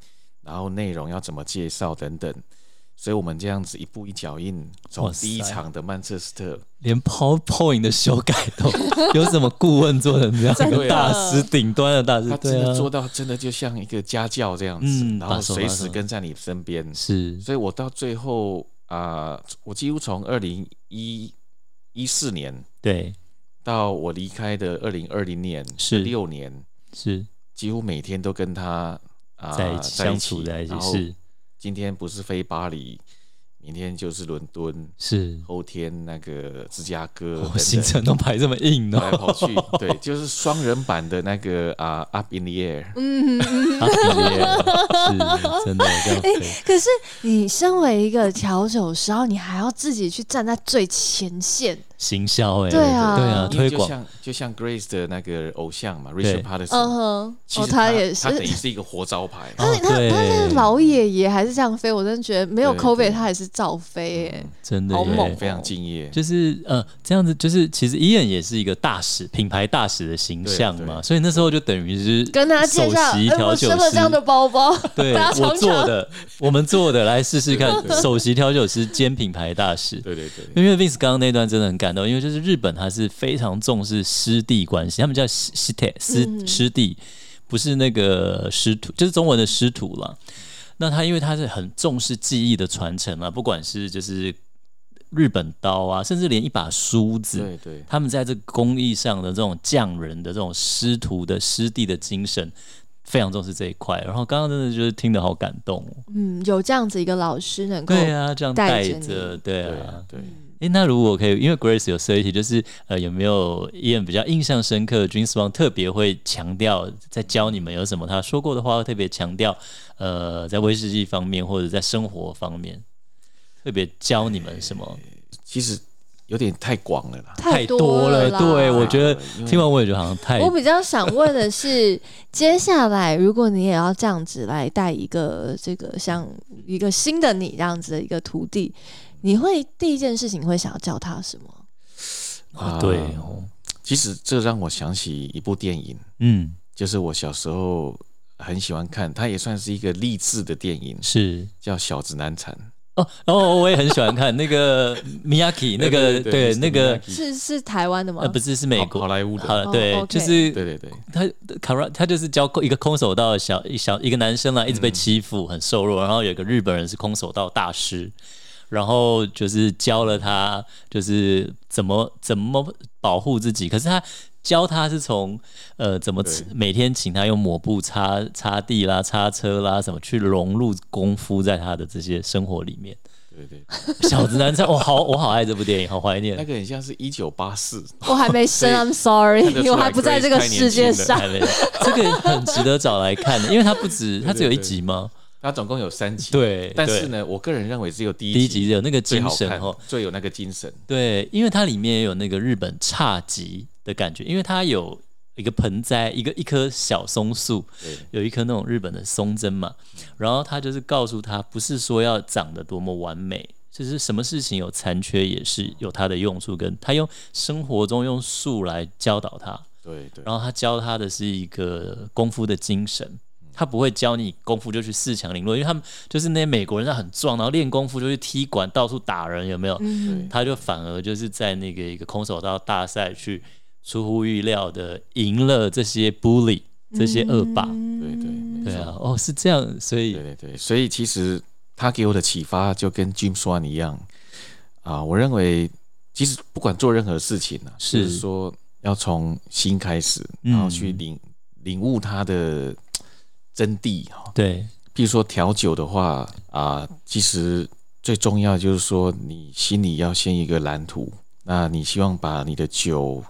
[SPEAKER 3] 然后内容要怎么介绍等等。所以我们这样子一步一脚印，
[SPEAKER 1] 哇
[SPEAKER 3] 从
[SPEAKER 1] 塞
[SPEAKER 3] 第一场的曼彻斯特
[SPEAKER 1] 连 PowerPoint 的修改 都有什么顾问做成这样
[SPEAKER 2] 真
[SPEAKER 1] 个
[SPEAKER 3] 的
[SPEAKER 1] 大师，顶端的大师
[SPEAKER 3] 他，真
[SPEAKER 1] 对
[SPEAKER 3] 的
[SPEAKER 1] 啊，
[SPEAKER 3] 做到真的就像一个家教这样子，
[SPEAKER 1] 嗯
[SPEAKER 3] 然
[SPEAKER 1] 把
[SPEAKER 3] 后
[SPEAKER 1] 手
[SPEAKER 3] 随
[SPEAKER 1] 把
[SPEAKER 3] 时
[SPEAKER 1] 手
[SPEAKER 3] 跟在你身边。
[SPEAKER 1] 是，
[SPEAKER 3] 所以我到最后啊、我几乎从二零一一四年
[SPEAKER 1] 对，
[SPEAKER 3] 到我离开的二零二零年
[SPEAKER 1] 是
[SPEAKER 3] 六年，
[SPEAKER 1] 是
[SPEAKER 3] 几乎每天都跟他啊、
[SPEAKER 1] 在一起相处在一起，
[SPEAKER 3] 然后
[SPEAKER 1] 是
[SPEAKER 3] 今天不是飞巴黎，明天就是伦敦，
[SPEAKER 1] 是，
[SPEAKER 3] 后天那个芝加哥
[SPEAKER 1] 我
[SPEAKER 3] 等等
[SPEAKER 1] 行程都排这么硬
[SPEAKER 3] 跑来
[SPEAKER 1] 哦，
[SPEAKER 3] 跑去，对，就是双人版的那个啊、Up in the Air。
[SPEAKER 2] 嗯哼，
[SPEAKER 1] 啊耶是真的这样飞。
[SPEAKER 2] 哎可是你身为一个调酒师，然后你还要自己去站在最前线，
[SPEAKER 1] 行销哎、
[SPEAKER 2] 对啊
[SPEAKER 1] 对啊，
[SPEAKER 3] 因为
[SPEAKER 1] 推
[SPEAKER 3] 就
[SPEAKER 1] 广
[SPEAKER 3] 像就像 Grace 的那个偶像嘛
[SPEAKER 1] 对
[SPEAKER 3] ，Richard Patterson，、
[SPEAKER 2] 嗯哼，
[SPEAKER 3] 其
[SPEAKER 2] 哦，
[SPEAKER 3] 实
[SPEAKER 2] 他也是
[SPEAKER 3] 他，等于是一个活招牌。
[SPEAKER 2] 他
[SPEAKER 1] 哦
[SPEAKER 2] 他
[SPEAKER 1] 对
[SPEAKER 2] 他是老爷爷还是这样飞，我真的觉得没有
[SPEAKER 3] 对
[SPEAKER 2] COVID
[SPEAKER 3] 对嗯
[SPEAKER 2] 他还是照飞耶。
[SPEAKER 1] 真的
[SPEAKER 2] 好
[SPEAKER 1] 耶
[SPEAKER 2] 猛
[SPEAKER 3] 哦非常敬业，
[SPEAKER 1] 就是呃，这样子就是其实 Ian 也是一个大使品牌大使的形象
[SPEAKER 3] 对
[SPEAKER 1] 嘛，
[SPEAKER 3] 对
[SPEAKER 1] 所以那时候就等于是
[SPEAKER 2] 跟大家介
[SPEAKER 1] 首
[SPEAKER 2] 绍，
[SPEAKER 1] 席
[SPEAKER 2] 哎，
[SPEAKER 1] 调
[SPEAKER 2] 我
[SPEAKER 1] 酒
[SPEAKER 2] 生了
[SPEAKER 1] 师
[SPEAKER 2] 这，样的包包，
[SPEAKER 1] 对
[SPEAKER 2] 大家
[SPEAKER 1] 我
[SPEAKER 2] 尝
[SPEAKER 1] 做
[SPEAKER 2] 尝。
[SPEAKER 1] 的，我们做的，来试试看
[SPEAKER 3] 对对，对
[SPEAKER 1] 首席调酒师兼品牌大使。
[SPEAKER 3] 对对对，
[SPEAKER 1] 因为 Vince 刚刚那段真的很感动，因为就是日本它是非常重视师弟关系，他们叫师师弟师
[SPEAKER 2] 嗯
[SPEAKER 1] 师弟，不是那个师徒，就是中文的师徒啦。那他因为他是很重视技艺的传承啊，不管是就是日本刀啊，甚至连一把梳子，
[SPEAKER 3] 对对，
[SPEAKER 1] 他们在这个工艺上的这种匠人的这种师徒的师弟的精神，非常重视这一块。然后刚刚真的就是听得好感动、哦，
[SPEAKER 2] 嗯，有这样子一个老师能够，
[SPEAKER 1] 对啊，这样带
[SPEAKER 2] 带着
[SPEAKER 1] 着，对
[SPEAKER 2] 你
[SPEAKER 3] 对
[SPEAKER 1] 啊
[SPEAKER 3] 啊。对。
[SPEAKER 1] 诶，那如果可以，因为 Grace 有设一题，就是呃，有没有 Ian 比较印象深刻 d r e a m s p o n 特别会强调在教你们有什么他说过的话，会特别强调呃，在威士忌方面或者在生活方面，特别教你们什么？
[SPEAKER 3] 其实有点太广了啦。
[SPEAKER 1] 太
[SPEAKER 2] 多
[SPEAKER 1] 了，
[SPEAKER 2] 啦
[SPEAKER 1] 对我觉得
[SPEAKER 3] 因为
[SPEAKER 1] 听完我也觉得好像太
[SPEAKER 2] 我比较想问的是，接下来如果你也要这样子来带一个这个像一个新的你这样子的一个徒弟，你会第一件事情会想要教他什么？
[SPEAKER 1] 啊
[SPEAKER 3] 啊
[SPEAKER 1] 对哦，
[SPEAKER 3] 其实这让我想起一部电影，
[SPEAKER 1] 嗯，
[SPEAKER 3] 就是我小时候很喜欢看，它也算是一个励志的电影，
[SPEAKER 1] 是
[SPEAKER 3] 叫《小子难缠》。
[SPEAKER 1] 哦，然后我也很喜欢看那个 Miyaki，那个对那个
[SPEAKER 3] 嗯
[SPEAKER 2] 是是台湾的吗？
[SPEAKER 1] 呃不是是美国
[SPEAKER 3] 好莱坞
[SPEAKER 1] 好
[SPEAKER 3] 的，
[SPEAKER 1] 了，
[SPEAKER 2] 哦
[SPEAKER 1] 对，
[SPEAKER 2] ，OK
[SPEAKER 1] 就是
[SPEAKER 3] 对对对，
[SPEAKER 1] 他卡拉他就是教一个空手道的小一小一个男生啦，啊一直被欺负，很瘦弱，然后有一个日本人是空手道大师。然后就是教了他，就是怎么怎么保护自己。可是他教他是从呃怎么
[SPEAKER 3] 对
[SPEAKER 1] 吃每天请他用抹布擦擦地啦、擦车啦，什么去融入功夫在他的这些生活里面。
[SPEAKER 3] 对对，
[SPEAKER 1] 小直男在，我好我好爱这部电影，好怀念
[SPEAKER 3] 那。个很像是一九八四，
[SPEAKER 2] 我还没生，I'm sorry，
[SPEAKER 3] 看得出来
[SPEAKER 2] 我还不在这个世界上。
[SPEAKER 1] 还没，这个很值得找来看的，因为它不止，它只有一集吗？
[SPEAKER 3] 它总共有三集。，
[SPEAKER 1] 对，
[SPEAKER 3] 但是
[SPEAKER 1] 对
[SPEAKER 3] 呢，我个人认为只有第
[SPEAKER 1] 第一
[SPEAKER 3] 一
[SPEAKER 1] 集有那个
[SPEAKER 3] 最
[SPEAKER 1] 精
[SPEAKER 3] 好
[SPEAKER 1] 神
[SPEAKER 3] 看
[SPEAKER 1] 哦，，
[SPEAKER 3] 最有那个精神。
[SPEAKER 1] 对，因为它里面也有那个日本侘寂的感觉，因为它有一个盆栽，一个一棵小松树，
[SPEAKER 3] 对
[SPEAKER 1] 有一棵那种日本的松针嘛，然后他就是告诉他，不是说要长得多么完美，就是什么事情有残缺也是有它的用处，跟他用生活中用树来教导他，
[SPEAKER 3] 对对
[SPEAKER 1] 然后他教他的是一个功夫的精神，
[SPEAKER 3] 嗯
[SPEAKER 1] 他不会教你功夫就去四强零落，因为他们就是那些美国人，他很壮，然后练功夫就去踢馆，到处打人，有没有？
[SPEAKER 2] 嗯
[SPEAKER 3] 对，
[SPEAKER 1] 他就反而就是在那个一个空手道大赛去出乎预料的赢了这些 bully
[SPEAKER 2] 嗯
[SPEAKER 1] 这些恶霸。
[SPEAKER 3] 对对没
[SPEAKER 1] 对啊，哦，是这样，所以
[SPEAKER 3] 对对对，所以其实他给我的启发就跟 Jim Swan 一样啊，我认为其实不管做任何事情呢、啊，
[SPEAKER 1] 是
[SPEAKER 3] 就是说要从心开始，
[SPEAKER 1] 嗯
[SPEAKER 3] 然后去领、领悟它的嘖真谛哈、
[SPEAKER 1] 对，
[SPEAKER 3] 譬如说调酒的话啊，其实最重要就是说你心里要先有一个蓝图，那你希望把你的酒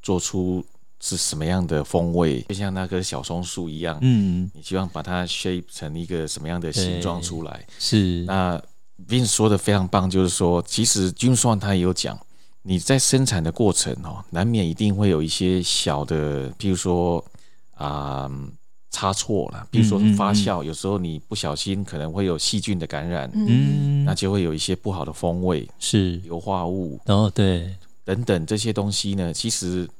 [SPEAKER 3] 做出是什么样的风味，就像那棵小松树一样，
[SPEAKER 1] 嗯，
[SPEAKER 3] 你希望把它 shape 成一个什么样的形状
[SPEAKER 1] 对
[SPEAKER 3] 出来？
[SPEAKER 1] 是，
[SPEAKER 3] 那 Vin 说的非常棒，就是说，其实军算他也有讲，你在生产的过程哦，难免一定会有一些小的，譬如说啊、嗯差错啦，譬如说
[SPEAKER 1] 嗯嗯嗯
[SPEAKER 3] 发酵，有时候你不小心可能会有细菌的感染，
[SPEAKER 2] 嗯，
[SPEAKER 1] 嗯
[SPEAKER 3] 那，就会有一些不好的风味、
[SPEAKER 1] 是，
[SPEAKER 3] 硫化物
[SPEAKER 1] 然后对
[SPEAKER 3] 等等这些东西呢，其实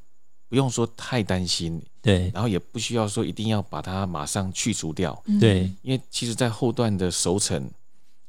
[SPEAKER 3] 不用说太担心，
[SPEAKER 1] 对
[SPEAKER 3] 然后也不需要说一定要把它马上去除掉。
[SPEAKER 2] 嗯
[SPEAKER 1] 对，
[SPEAKER 3] 因为其实，在后段的熟成，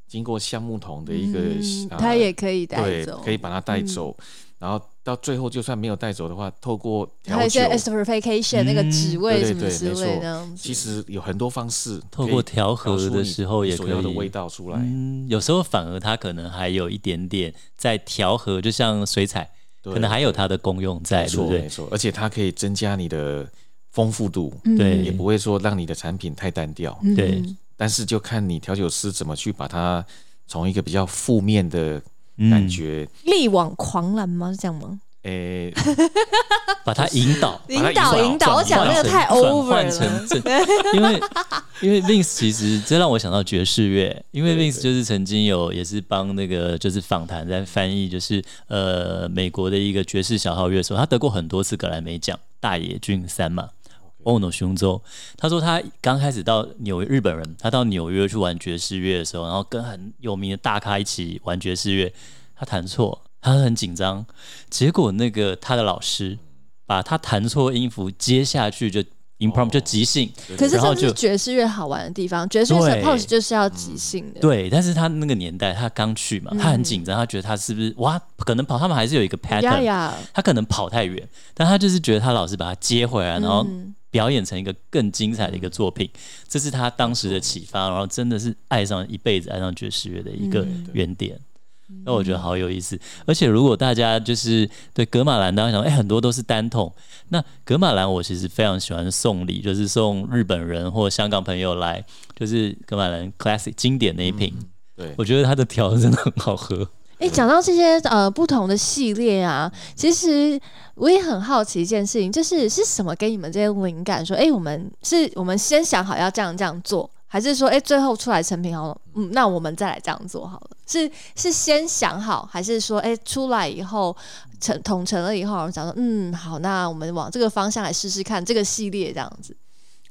[SPEAKER 3] 经过橡木桶的一个，
[SPEAKER 2] 嗯
[SPEAKER 3] 啊
[SPEAKER 2] 他也可以带
[SPEAKER 3] 对
[SPEAKER 2] 走，，嗯
[SPEAKER 3] 可以把它带走。然后到最后，就算没有带走的话，透过
[SPEAKER 2] 还有
[SPEAKER 3] 调
[SPEAKER 2] 一
[SPEAKER 3] 酒
[SPEAKER 2] 些，esterification 那个职位
[SPEAKER 3] 对
[SPEAKER 2] 什
[SPEAKER 3] 对
[SPEAKER 2] 么
[SPEAKER 3] 对
[SPEAKER 2] 之
[SPEAKER 3] 没
[SPEAKER 2] 类
[SPEAKER 3] 错
[SPEAKER 2] 那样子。
[SPEAKER 3] 其实有很多方式，
[SPEAKER 1] 透过调
[SPEAKER 3] 调
[SPEAKER 1] 和
[SPEAKER 3] 出
[SPEAKER 1] 的
[SPEAKER 3] 你
[SPEAKER 1] 时候
[SPEAKER 3] 你
[SPEAKER 1] 也
[SPEAKER 3] 所
[SPEAKER 1] 可
[SPEAKER 3] 要的
[SPEAKER 1] 以。
[SPEAKER 3] 味道出来。
[SPEAKER 1] 嗯，有时候反而它可能还有一点点在调和，就像水彩，
[SPEAKER 3] 对
[SPEAKER 1] 嗯可能还有它的功用在，对
[SPEAKER 3] 没
[SPEAKER 1] 不
[SPEAKER 3] 错没
[SPEAKER 1] 对？
[SPEAKER 3] 错，而且它可以增加你的丰富度，
[SPEAKER 1] 嗯
[SPEAKER 3] 也
[SPEAKER 1] 对
[SPEAKER 3] 不会说让你的产品太单调。
[SPEAKER 2] 嗯
[SPEAKER 1] 对
[SPEAKER 3] 但是就看你调酒师怎么去把它从一个比较负面的
[SPEAKER 1] 嗯
[SPEAKER 3] 感觉，
[SPEAKER 2] 力挽狂澜吗？是这样吗？
[SPEAKER 3] 诶、
[SPEAKER 1] 把他引导。
[SPEAKER 2] 引
[SPEAKER 3] 把它引导
[SPEAKER 2] 导引导，我讲
[SPEAKER 1] 转
[SPEAKER 2] 那
[SPEAKER 1] 换
[SPEAKER 2] 个
[SPEAKER 1] 成
[SPEAKER 2] 太
[SPEAKER 1] 转
[SPEAKER 2] over
[SPEAKER 1] 换
[SPEAKER 2] 了
[SPEAKER 1] 成。正，因为因为 Vince 其实这让我想到爵士乐，因为 Vince 就是曾经有也是帮那个就是访谈在翻译，就是呃美国的一个爵士小号乐手，他得过很多次格莱美奖，大野俊三嘛。ono 雄州，他说他刚开始到纽约，日本人，他到纽约去玩爵士乐的时候，然后跟很有名的大咖一起玩爵士乐，他弹错，他很紧张，结果那个他的老师把他弹错音符接下去就 improv 就即兴，
[SPEAKER 2] 可是
[SPEAKER 1] 然后
[SPEAKER 2] 这
[SPEAKER 1] 就是
[SPEAKER 2] 爵士乐好玩的地方，爵士乐
[SPEAKER 1] 对
[SPEAKER 2] suppose 就是要即兴的。
[SPEAKER 1] 对，但是他那个年代他刚去嘛，他很紧张，他觉得他是不是哇，可能跑他们还是有一个 pattern，
[SPEAKER 2] 呀呀，
[SPEAKER 1] 他可能跑太远，但他就是觉得他老师把他接回来，然
[SPEAKER 2] 嗯
[SPEAKER 1] 后表演成一个更精彩的一个作品，这是他当时的启发，然后真的是爱上一辈子爱上爵士乐的一个原点。那我觉得好有意思，而且如果大家就是对格马兰，大家想，哎、很多都是单筒。那格马兰我其实非常喜欢送礼，就是送日本人或香港朋友来，就是格马兰 classic 经典那一瓶，
[SPEAKER 3] 对，
[SPEAKER 1] 我觉得它的调真的很好喝。
[SPEAKER 2] 哎，讲到这些呃不同的系列啊，其实我也很好奇一件事情，就是是什么给你们这些灵感？说，哎，我们是我们先想好要这样这样做，还是说，哎，最后出来成品好了，嗯，那我们再来这样做好了？是是先想好，还是说，哎，出来以后成统成了以后，然后想说，嗯，好，那我们往这个方向来试试看这个系列这样子？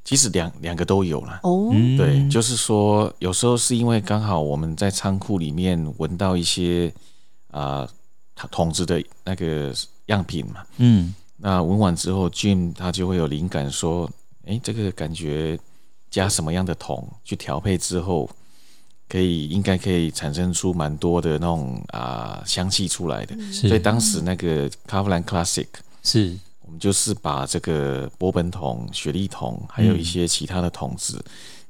[SPEAKER 3] 其实两两个都有啦。
[SPEAKER 2] 哦，
[SPEAKER 1] 嗯，
[SPEAKER 3] 对，就是说，有时候是因为刚好我们在仓库里面闻到一些啊、它桶子的那个样品嘛，
[SPEAKER 1] 嗯，
[SPEAKER 3] 那闻完之后，Jim 他就会有灵感说，诶，这个感觉加什么样的桶去调配之后，可以应该可以产生出蛮多的那种啊、香气出来的。
[SPEAKER 1] 是
[SPEAKER 3] 所以当时那个 c a v l a n Classic，
[SPEAKER 1] 是
[SPEAKER 3] 我们就是把这个波本桶、雪莉桶，还有一些其他的桶子，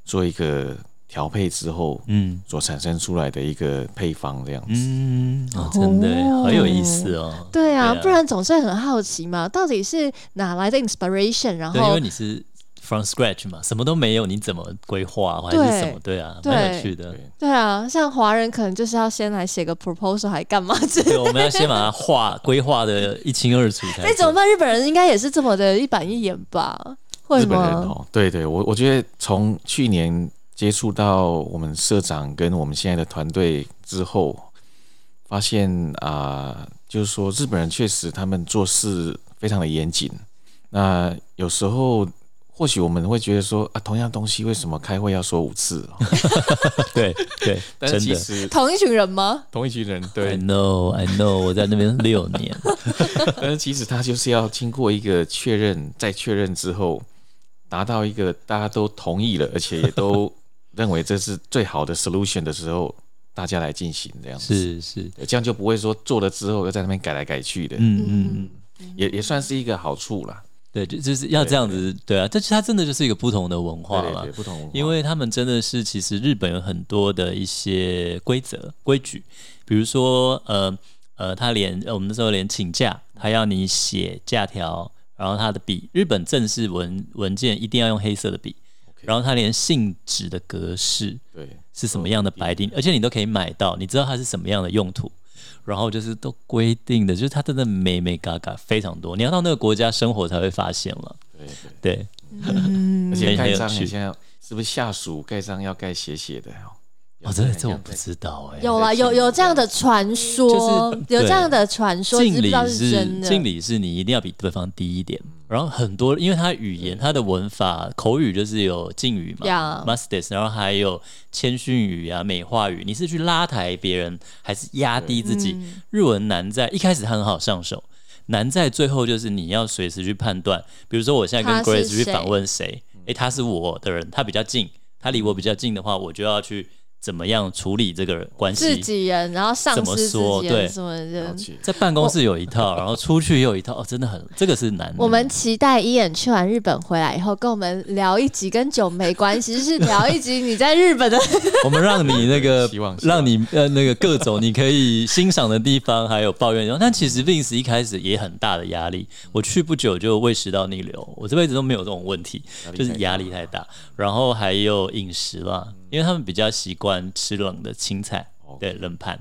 [SPEAKER 3] 做一个调配之后，
[SPEAKER 1] 嗯。
[SPEAKER 3] 所产生出来的一个配方这样子。
[SPEAKER 1] 嗯，哦、真的耶、
[SPEAKER 2] 哦
[SPEAKER 1] 好有意思哦。
[SPEAKER 2] 对啊，
[SPEAKER 1] 对啊
[SPEAKER 2] 不然总是很好奇嘛，到底是哪来的 inspiration？然
[SPEAKER 1] 对，因
[SPEAKER 2] 后
[SPEAKER 1] 为你是 from scratch 嘛，什么都没有，你怎么规划还
[SPEAKER 2] 对
[SPEAKER 1] 是什么？对啊，蛮有趣的
[SPEAKER 3] 对。
[SPEAKER 2] 对啊，像华人可能就是要先来写个 proposal，还 干嘛之类
[SPEAKER 1] 对，我们要先把它画规划的一清二楚才
[SPEAKER 2] 那怎么
[SPEAKER 1] 行。
[SPEAKER 2] 办？日本人应该也是这么的一板一眼吧？会
[SPEAKER 3] 日本人
[SPEAKER 2] 吗？
[SPEAKER 3] 哦，对对，我我觉得从去年接触到我们社长跟我们现在的团队之后，发现啊、就是说日本人确实他们做事非常的严谨。那有时候或许我们会觉得说啊，同样东西为什么开会要说五次？哦
[SPEAKER 1] 对对，
[SPEAKER 3] 但是
[SPEAKER 1] 真
[SPEAKER 3] 其
[SPEAKER 1] 的。
[SPEAKER 3] 实
[SPEAKER 2] 同一群人吗？
[SPEAKER 3] 同一群人
[SPEAKER 1] I，know, I know，我在那边六 年。
[SPEAKER 3] 但是其实他就是要经过一个确认，再确认之后，达到一个大家都同意了，而且也都认为这是最好的 solution 的时候，大家来进行这样子，
[SPEAKER 1] 是是，
[SPEAKER 3] 对这样就不会说做了之后又在那边改来改去的，
[SPEAKER 1] 嗯嗯嗯，
[SPEAKER 3] 也也算是一个好处啦。
[SPEAKER 1] 对，就就是要这样子，对啊，这其实它真的就是一个不同的文化
[SPEAKER 3] 对
[SPEAKER 1] 了。
[SPEAKER 3] 对对，不同文化
[SPEAKER 1] 嗯因为他们真的是，其实日本有很多的一些规则规矩，比如说，呃呃，他连呃我们那时候连请假，他要你写假条，然后他的笔，日本正式文文件一定要用黑色的笔
[SPEAKER 3] OK
[SPEAKER 1] 然后他连信纸的格式
[SPEAKER 3] 对
[SPEAKER 1] 是什么样的白丁，而且你都可以买到，你知道它是什么样的用途。然后就是都规定的，就是它真的美美嘎嘎非常多，你要到那个国家生活才会发现了。
[SPEAKER 3] 对对，
[SPEAKER 1] 对，
[SPEAKER 3] 而
[SPEAKER 1] 很
[SPEAKER 3] 且
[SPEAKER 1] 嗯有
[SPEAKER 3] 盖章
[SPEAKER 1] 趣
[SPEAKER 3] 很像，是不是下属盖章要盖斜斜的哦？
[SPEAKER 1] 哦，这这我不知道哎、
[SPEAKER 2] 有啦，啊有有这样的传说，
[SPEAKER 1] 就是
[SPEAKER 2] 有这样的传说，只
[SPEAKER 1] 敬
[SPEAKER 2] 是不知
[SPEAKER 1] 礼
[SPEAKER 2] 道
[SPEAKER 1] 是
[SPEAKER 2] 真的。
[SPEAKER 1] 敬礼是你一定要比对方低一点，然后很多因为他语言他的文法口语就是有敬语嘛
[SPEAKER 2] Yeah
[SPEAKER 1] m u s t a s 然后还有谦逊语啊美化语，你是去拉抬别人还是压低自己？
[SPEAKER 2] 嗯
[SPEAKER 1] 日文难在一开始它很好上手，难在最后就是你要随时去判断，比如说我现在跟
[SPEAKER 2] 他是
[SPEAKER 1] Grace 去
[SPEAKER 2] 谁
[SPEAKER 1] 访问谁，诶，他是我的人，他比较近，他离我比较近的话，我就要去怎么样处理这个关系？
[SPEAKER 2] 自己人，然后上
[SPEAKER 1] 怎么
[SPEAKER 2] 司自
[SPEAKER 1] 说
[SPEAKER 2] 己
[SPEAKER 1] 对
[SPEAKER 2] 人什么的
[SPEAKER 1] 嗯
[SPEAKER 3] 了，解
[SPEAKER 1] 在办公室有一 套，然后出去也有一套，哦，真的很，这个是难的。
[SPEAKER 2] 我们期待伊眼去完日本回来以后，跟我们聊一集，跟酒没关系，就是聊一集你在日本的。
[SPEAKER 1] 我们让你那 个
[SPEAKER 3] 希望希望
[SPEAKER 1] 让你呃那个各种你可以欣赏的地方，还有抱怨的地方。但其实 Vince 一开始也很大的压力，我去不久就胃食道逆流，我这辈子都没有这种问题，就是压力太大。然后还哦有饮食啦，因为他们比较习惯吃冷的青菜，对冷盘。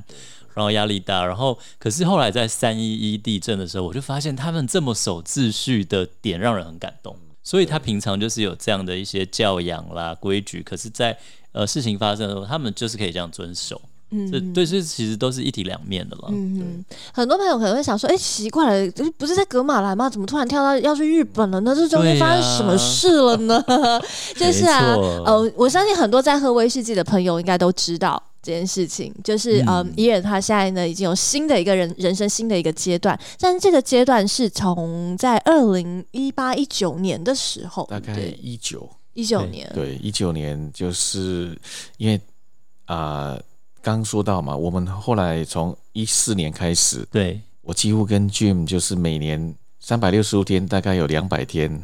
[SPEAKER 1] 然后压力大，然后可是后来在三一一地震的时候，我就发现他们这么守秩序的点让人很感动。所以他平常就是有这样的一些教养啦、规矩，可是在，呃事情发生的时候，他们就是可以这样遵守。
[SPEAKER 2] 嗯
[SPEAKER 1] 这对，这其实都是一体两面的啦。
[SPEAKER 2] 嗯，很多朋友可能会想说，哎、奇怪了，就是不是在格马兰吗？怎么突然跳到要去日本了呢？这中间
[SPEAKER 1] 对
[SPEAKER 2] 发
[SPEAKER 1] 呀
[SPEAKER 2] 生什么事了呢？ 就是啊
[SPEAKER 1] 没，错
[SPEAKER 2] 呃，我相信很多在喝威士忌的朋友应该都知道。这件事情就是，嗯，伊人他现在呢已经有新的一个人人生新的一个阶段，但是这个阶段是从在二零一八一九年的时候，
[SPEAKER 3] 大概
[SPEAKER 2] 对
[SPEAKER 3] 一九
[SPEAKER 2] 一九
[SPEAKER 1] 对
[SPEAKER 2] 年，
[SPEAKER 3] 对一九年，就是因为啊，刚、说到嘛，我们后来从一四年开始，
[SPEAKER 1] 对，
[SPEAKER 3] 我几乎跟 Jim 就是每年三百六十五天，大概有两百天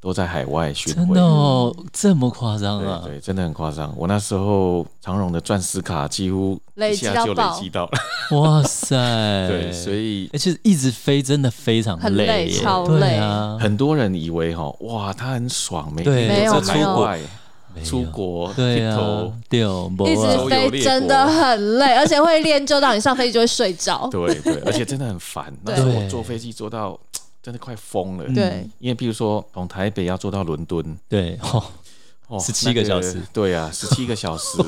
[SPEAKER 3] 都在海外巡
[SPEAKER 1] 真
[SPEAKER 3] 回
[SPEAKER 1] 的。哦，这么夸张
[SPEAKER 3] 对
[SPEAKER 1] 啊！
[SPEAKER 3] 对，真的很夸张。我那时候长荣的钻石卡几乎
[SPEAKER 2] 累
[SPEAKER 3] 一
[SPEAKER 2] 积
[SPEAKER 3] 下
[SPEAKER 2] 到
[SPEAKER 3] 就累
[SPEAKER 2] 爆
[SPEAKER 3] 积 到了，
[SPEAKER 1] 哇塞，
[SPEAKER 3] 对，所以
[SPEAKER 1] 而且一直飞真的非常
[SPEAKER 2] 很累
[SPEAKER 1] 耶
[SPEAKER 2] 超
[SPEAKER 1] 对啊，
[SPEAKER 3] 很多人以为哈，哇，他很爽，每
[SPEAKER 1] 对
[SPEAKER 2] 没
[SPEAKER 3] 天
[SPEAKER 2] 有
[SPEAKER 3] 都在
[SPEAKER 2] 没有
[SPEAKER 3] 国外
[SPEAKER 1] 没有
[SPEAKER 3] 出国
[SPEAKER 1] 对
[SPEAKER 3] 剃头
[SPEAKER 1] 啊，丢
[SPEAKER 2] 一直
[SPEAKER 3] 周游
[SPEAKER 2] 飞
[SPEAKER 3] 列国
[SPEAKER 2] 真的很 累，而且会练就到你上飞机就会睡 着。
[SPEAKER 3] 对对，而且真的很烦。
[SPEAKER 2] 对
[SPEAKER 3] 那时候我坐飞机坐到真的快疯了，
[SPEAKER 2] 对，
[SPEAKER 3] 因为比如说从台北要坐到伦敦，
[SPEAKER 1] 对哦，
[SPEAKER 3] 哦，
[SPEAKER 1] 17个小时
[SPEAKER 3] 那个对啊，十七个 小时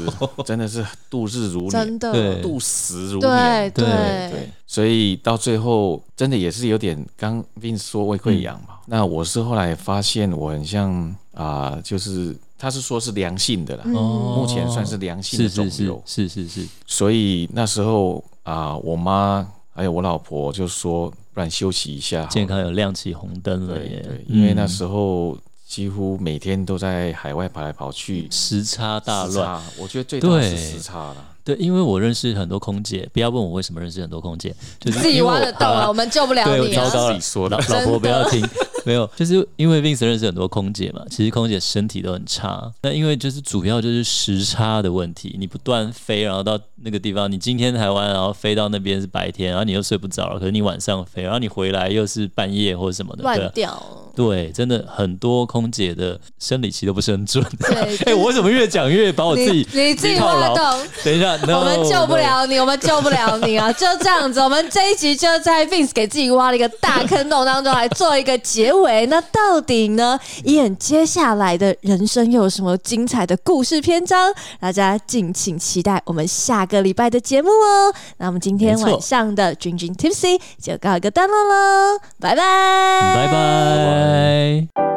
[SPEAKER 3] 真的是度日如年，
[SPEAKER 2] 真的，
[SPEAKER 1] 对
[SPEAKER 3] 度时如
[SPEAKER 2] 对
[SPEAKER 3] 年。
[SPEAKER 1] 对
[SPEAKER 3] 对，所以到最后真的也是有点，刚 Vin 说胃溃疡
[SPEAKER 2] 嗯
[SPEAKER 3] 嘛。那我是后来发现我很像啊、就是他是说是良性的啦，
[SPEAKER 2] 嗯
[SPEAKER 1] 哦
[SPEAKER 3] 目前算是良性
[SPEAKER 1] 是
[SPEAKER 3] 的肿
[SPEAKER 1] 是
[SPEAKER 3] 瘤。
[SPEAKER 1] 是是是是，
[SPEAKER 3] 所以那时候啊、我妈还有我老婆就说，不然休息一下好了
[SPEAKER 1] 健康有亮起红灯了
[SPEAKER 3] 对
[SPEAKER 1] 耶，
[SPEAKER 3] 对，因为那
[SPEAKER 1] 嗯
[SPEAKER 3] 时候几乎每天都在海外跑来跑去，
[SPEAKER 1] 时差大
[SPEAKER 3] 时
[SPEAKER 1] 乱，
[SPEAKER 3] 差，我觉得最大
[SPEAKER 1] 对
[SPEAKER 3] 是时差了。
[SPEAKER 1] 对，因为我认识很多空姐，不要问我为什么认识很多空姐，就是
[SPEAKER 2] 自己
[SPEAKER 1] 因为
[SPEAKER 2] 挖
[SPEAKER 1] 我
[SPEAKER 2] 得到
[SPEAKER 1] 啊
[SPEAKER 2] 了，我们救不了
[SPEAKER 1] 对，
[SPEAKER 2] 你啊
[SPEAKER 1] 糟。糕
[SPEAKER 3] 自
[SPEAKER 1] 了
[SPEAKER 3] 己，说的
[SPEAKER 1] 老老婆不要听。 没有，就是因为 Vince 认识很多空姐嘛，其实空姐身体都很差。那因为就是主要就是时差的问题，你不断飞，然后到那个地方，你今天台湾，然后飞到那边是白天，然后你又睡不着了，可是你晚上飞，然后你回来又是半夜或者什么的，对
[SPEAKER 2] 乱
[SPEAKER 1] 啊
[SPEAKER 2] 掉，
[SPEAKER 1] 对，真的很多空姐的生理期都不是很准。
[SPEAKER 2] 对，
[SPEAKER 1] 哎、我怎么越讲越把我自己
[SPEAKER 2] 你你自己
[SPEAKER 1] 套
[SPEAKER 2] 挖
[SPEAKER 1] 牢？
[SPEAKER 2] 洞。
[SPEAKER 1] 等一下，
[SPEAKER 2] 我们
[SPEAKER 1] no，
[SPEAKER 2] 救不
[SPEAKER 1] no
[SPEAKER 2] 了你，我们救不了你啊！就这样子，我们这一集就在 Vince 给自己挖了一个大坑洞当中来做一个结尾。那到底呢，伊眼接下来的人生又有什么精彩的故事篇章？大家敬请期待我们下个礼拜的节目哦。那我们今天
[SPEAKER 1] 没错
[SPEAKER 2] 晚上的 Dream Dream Tipsy 就告一个段落喽，拜拜，
[SPEAKER 1] 拜拜。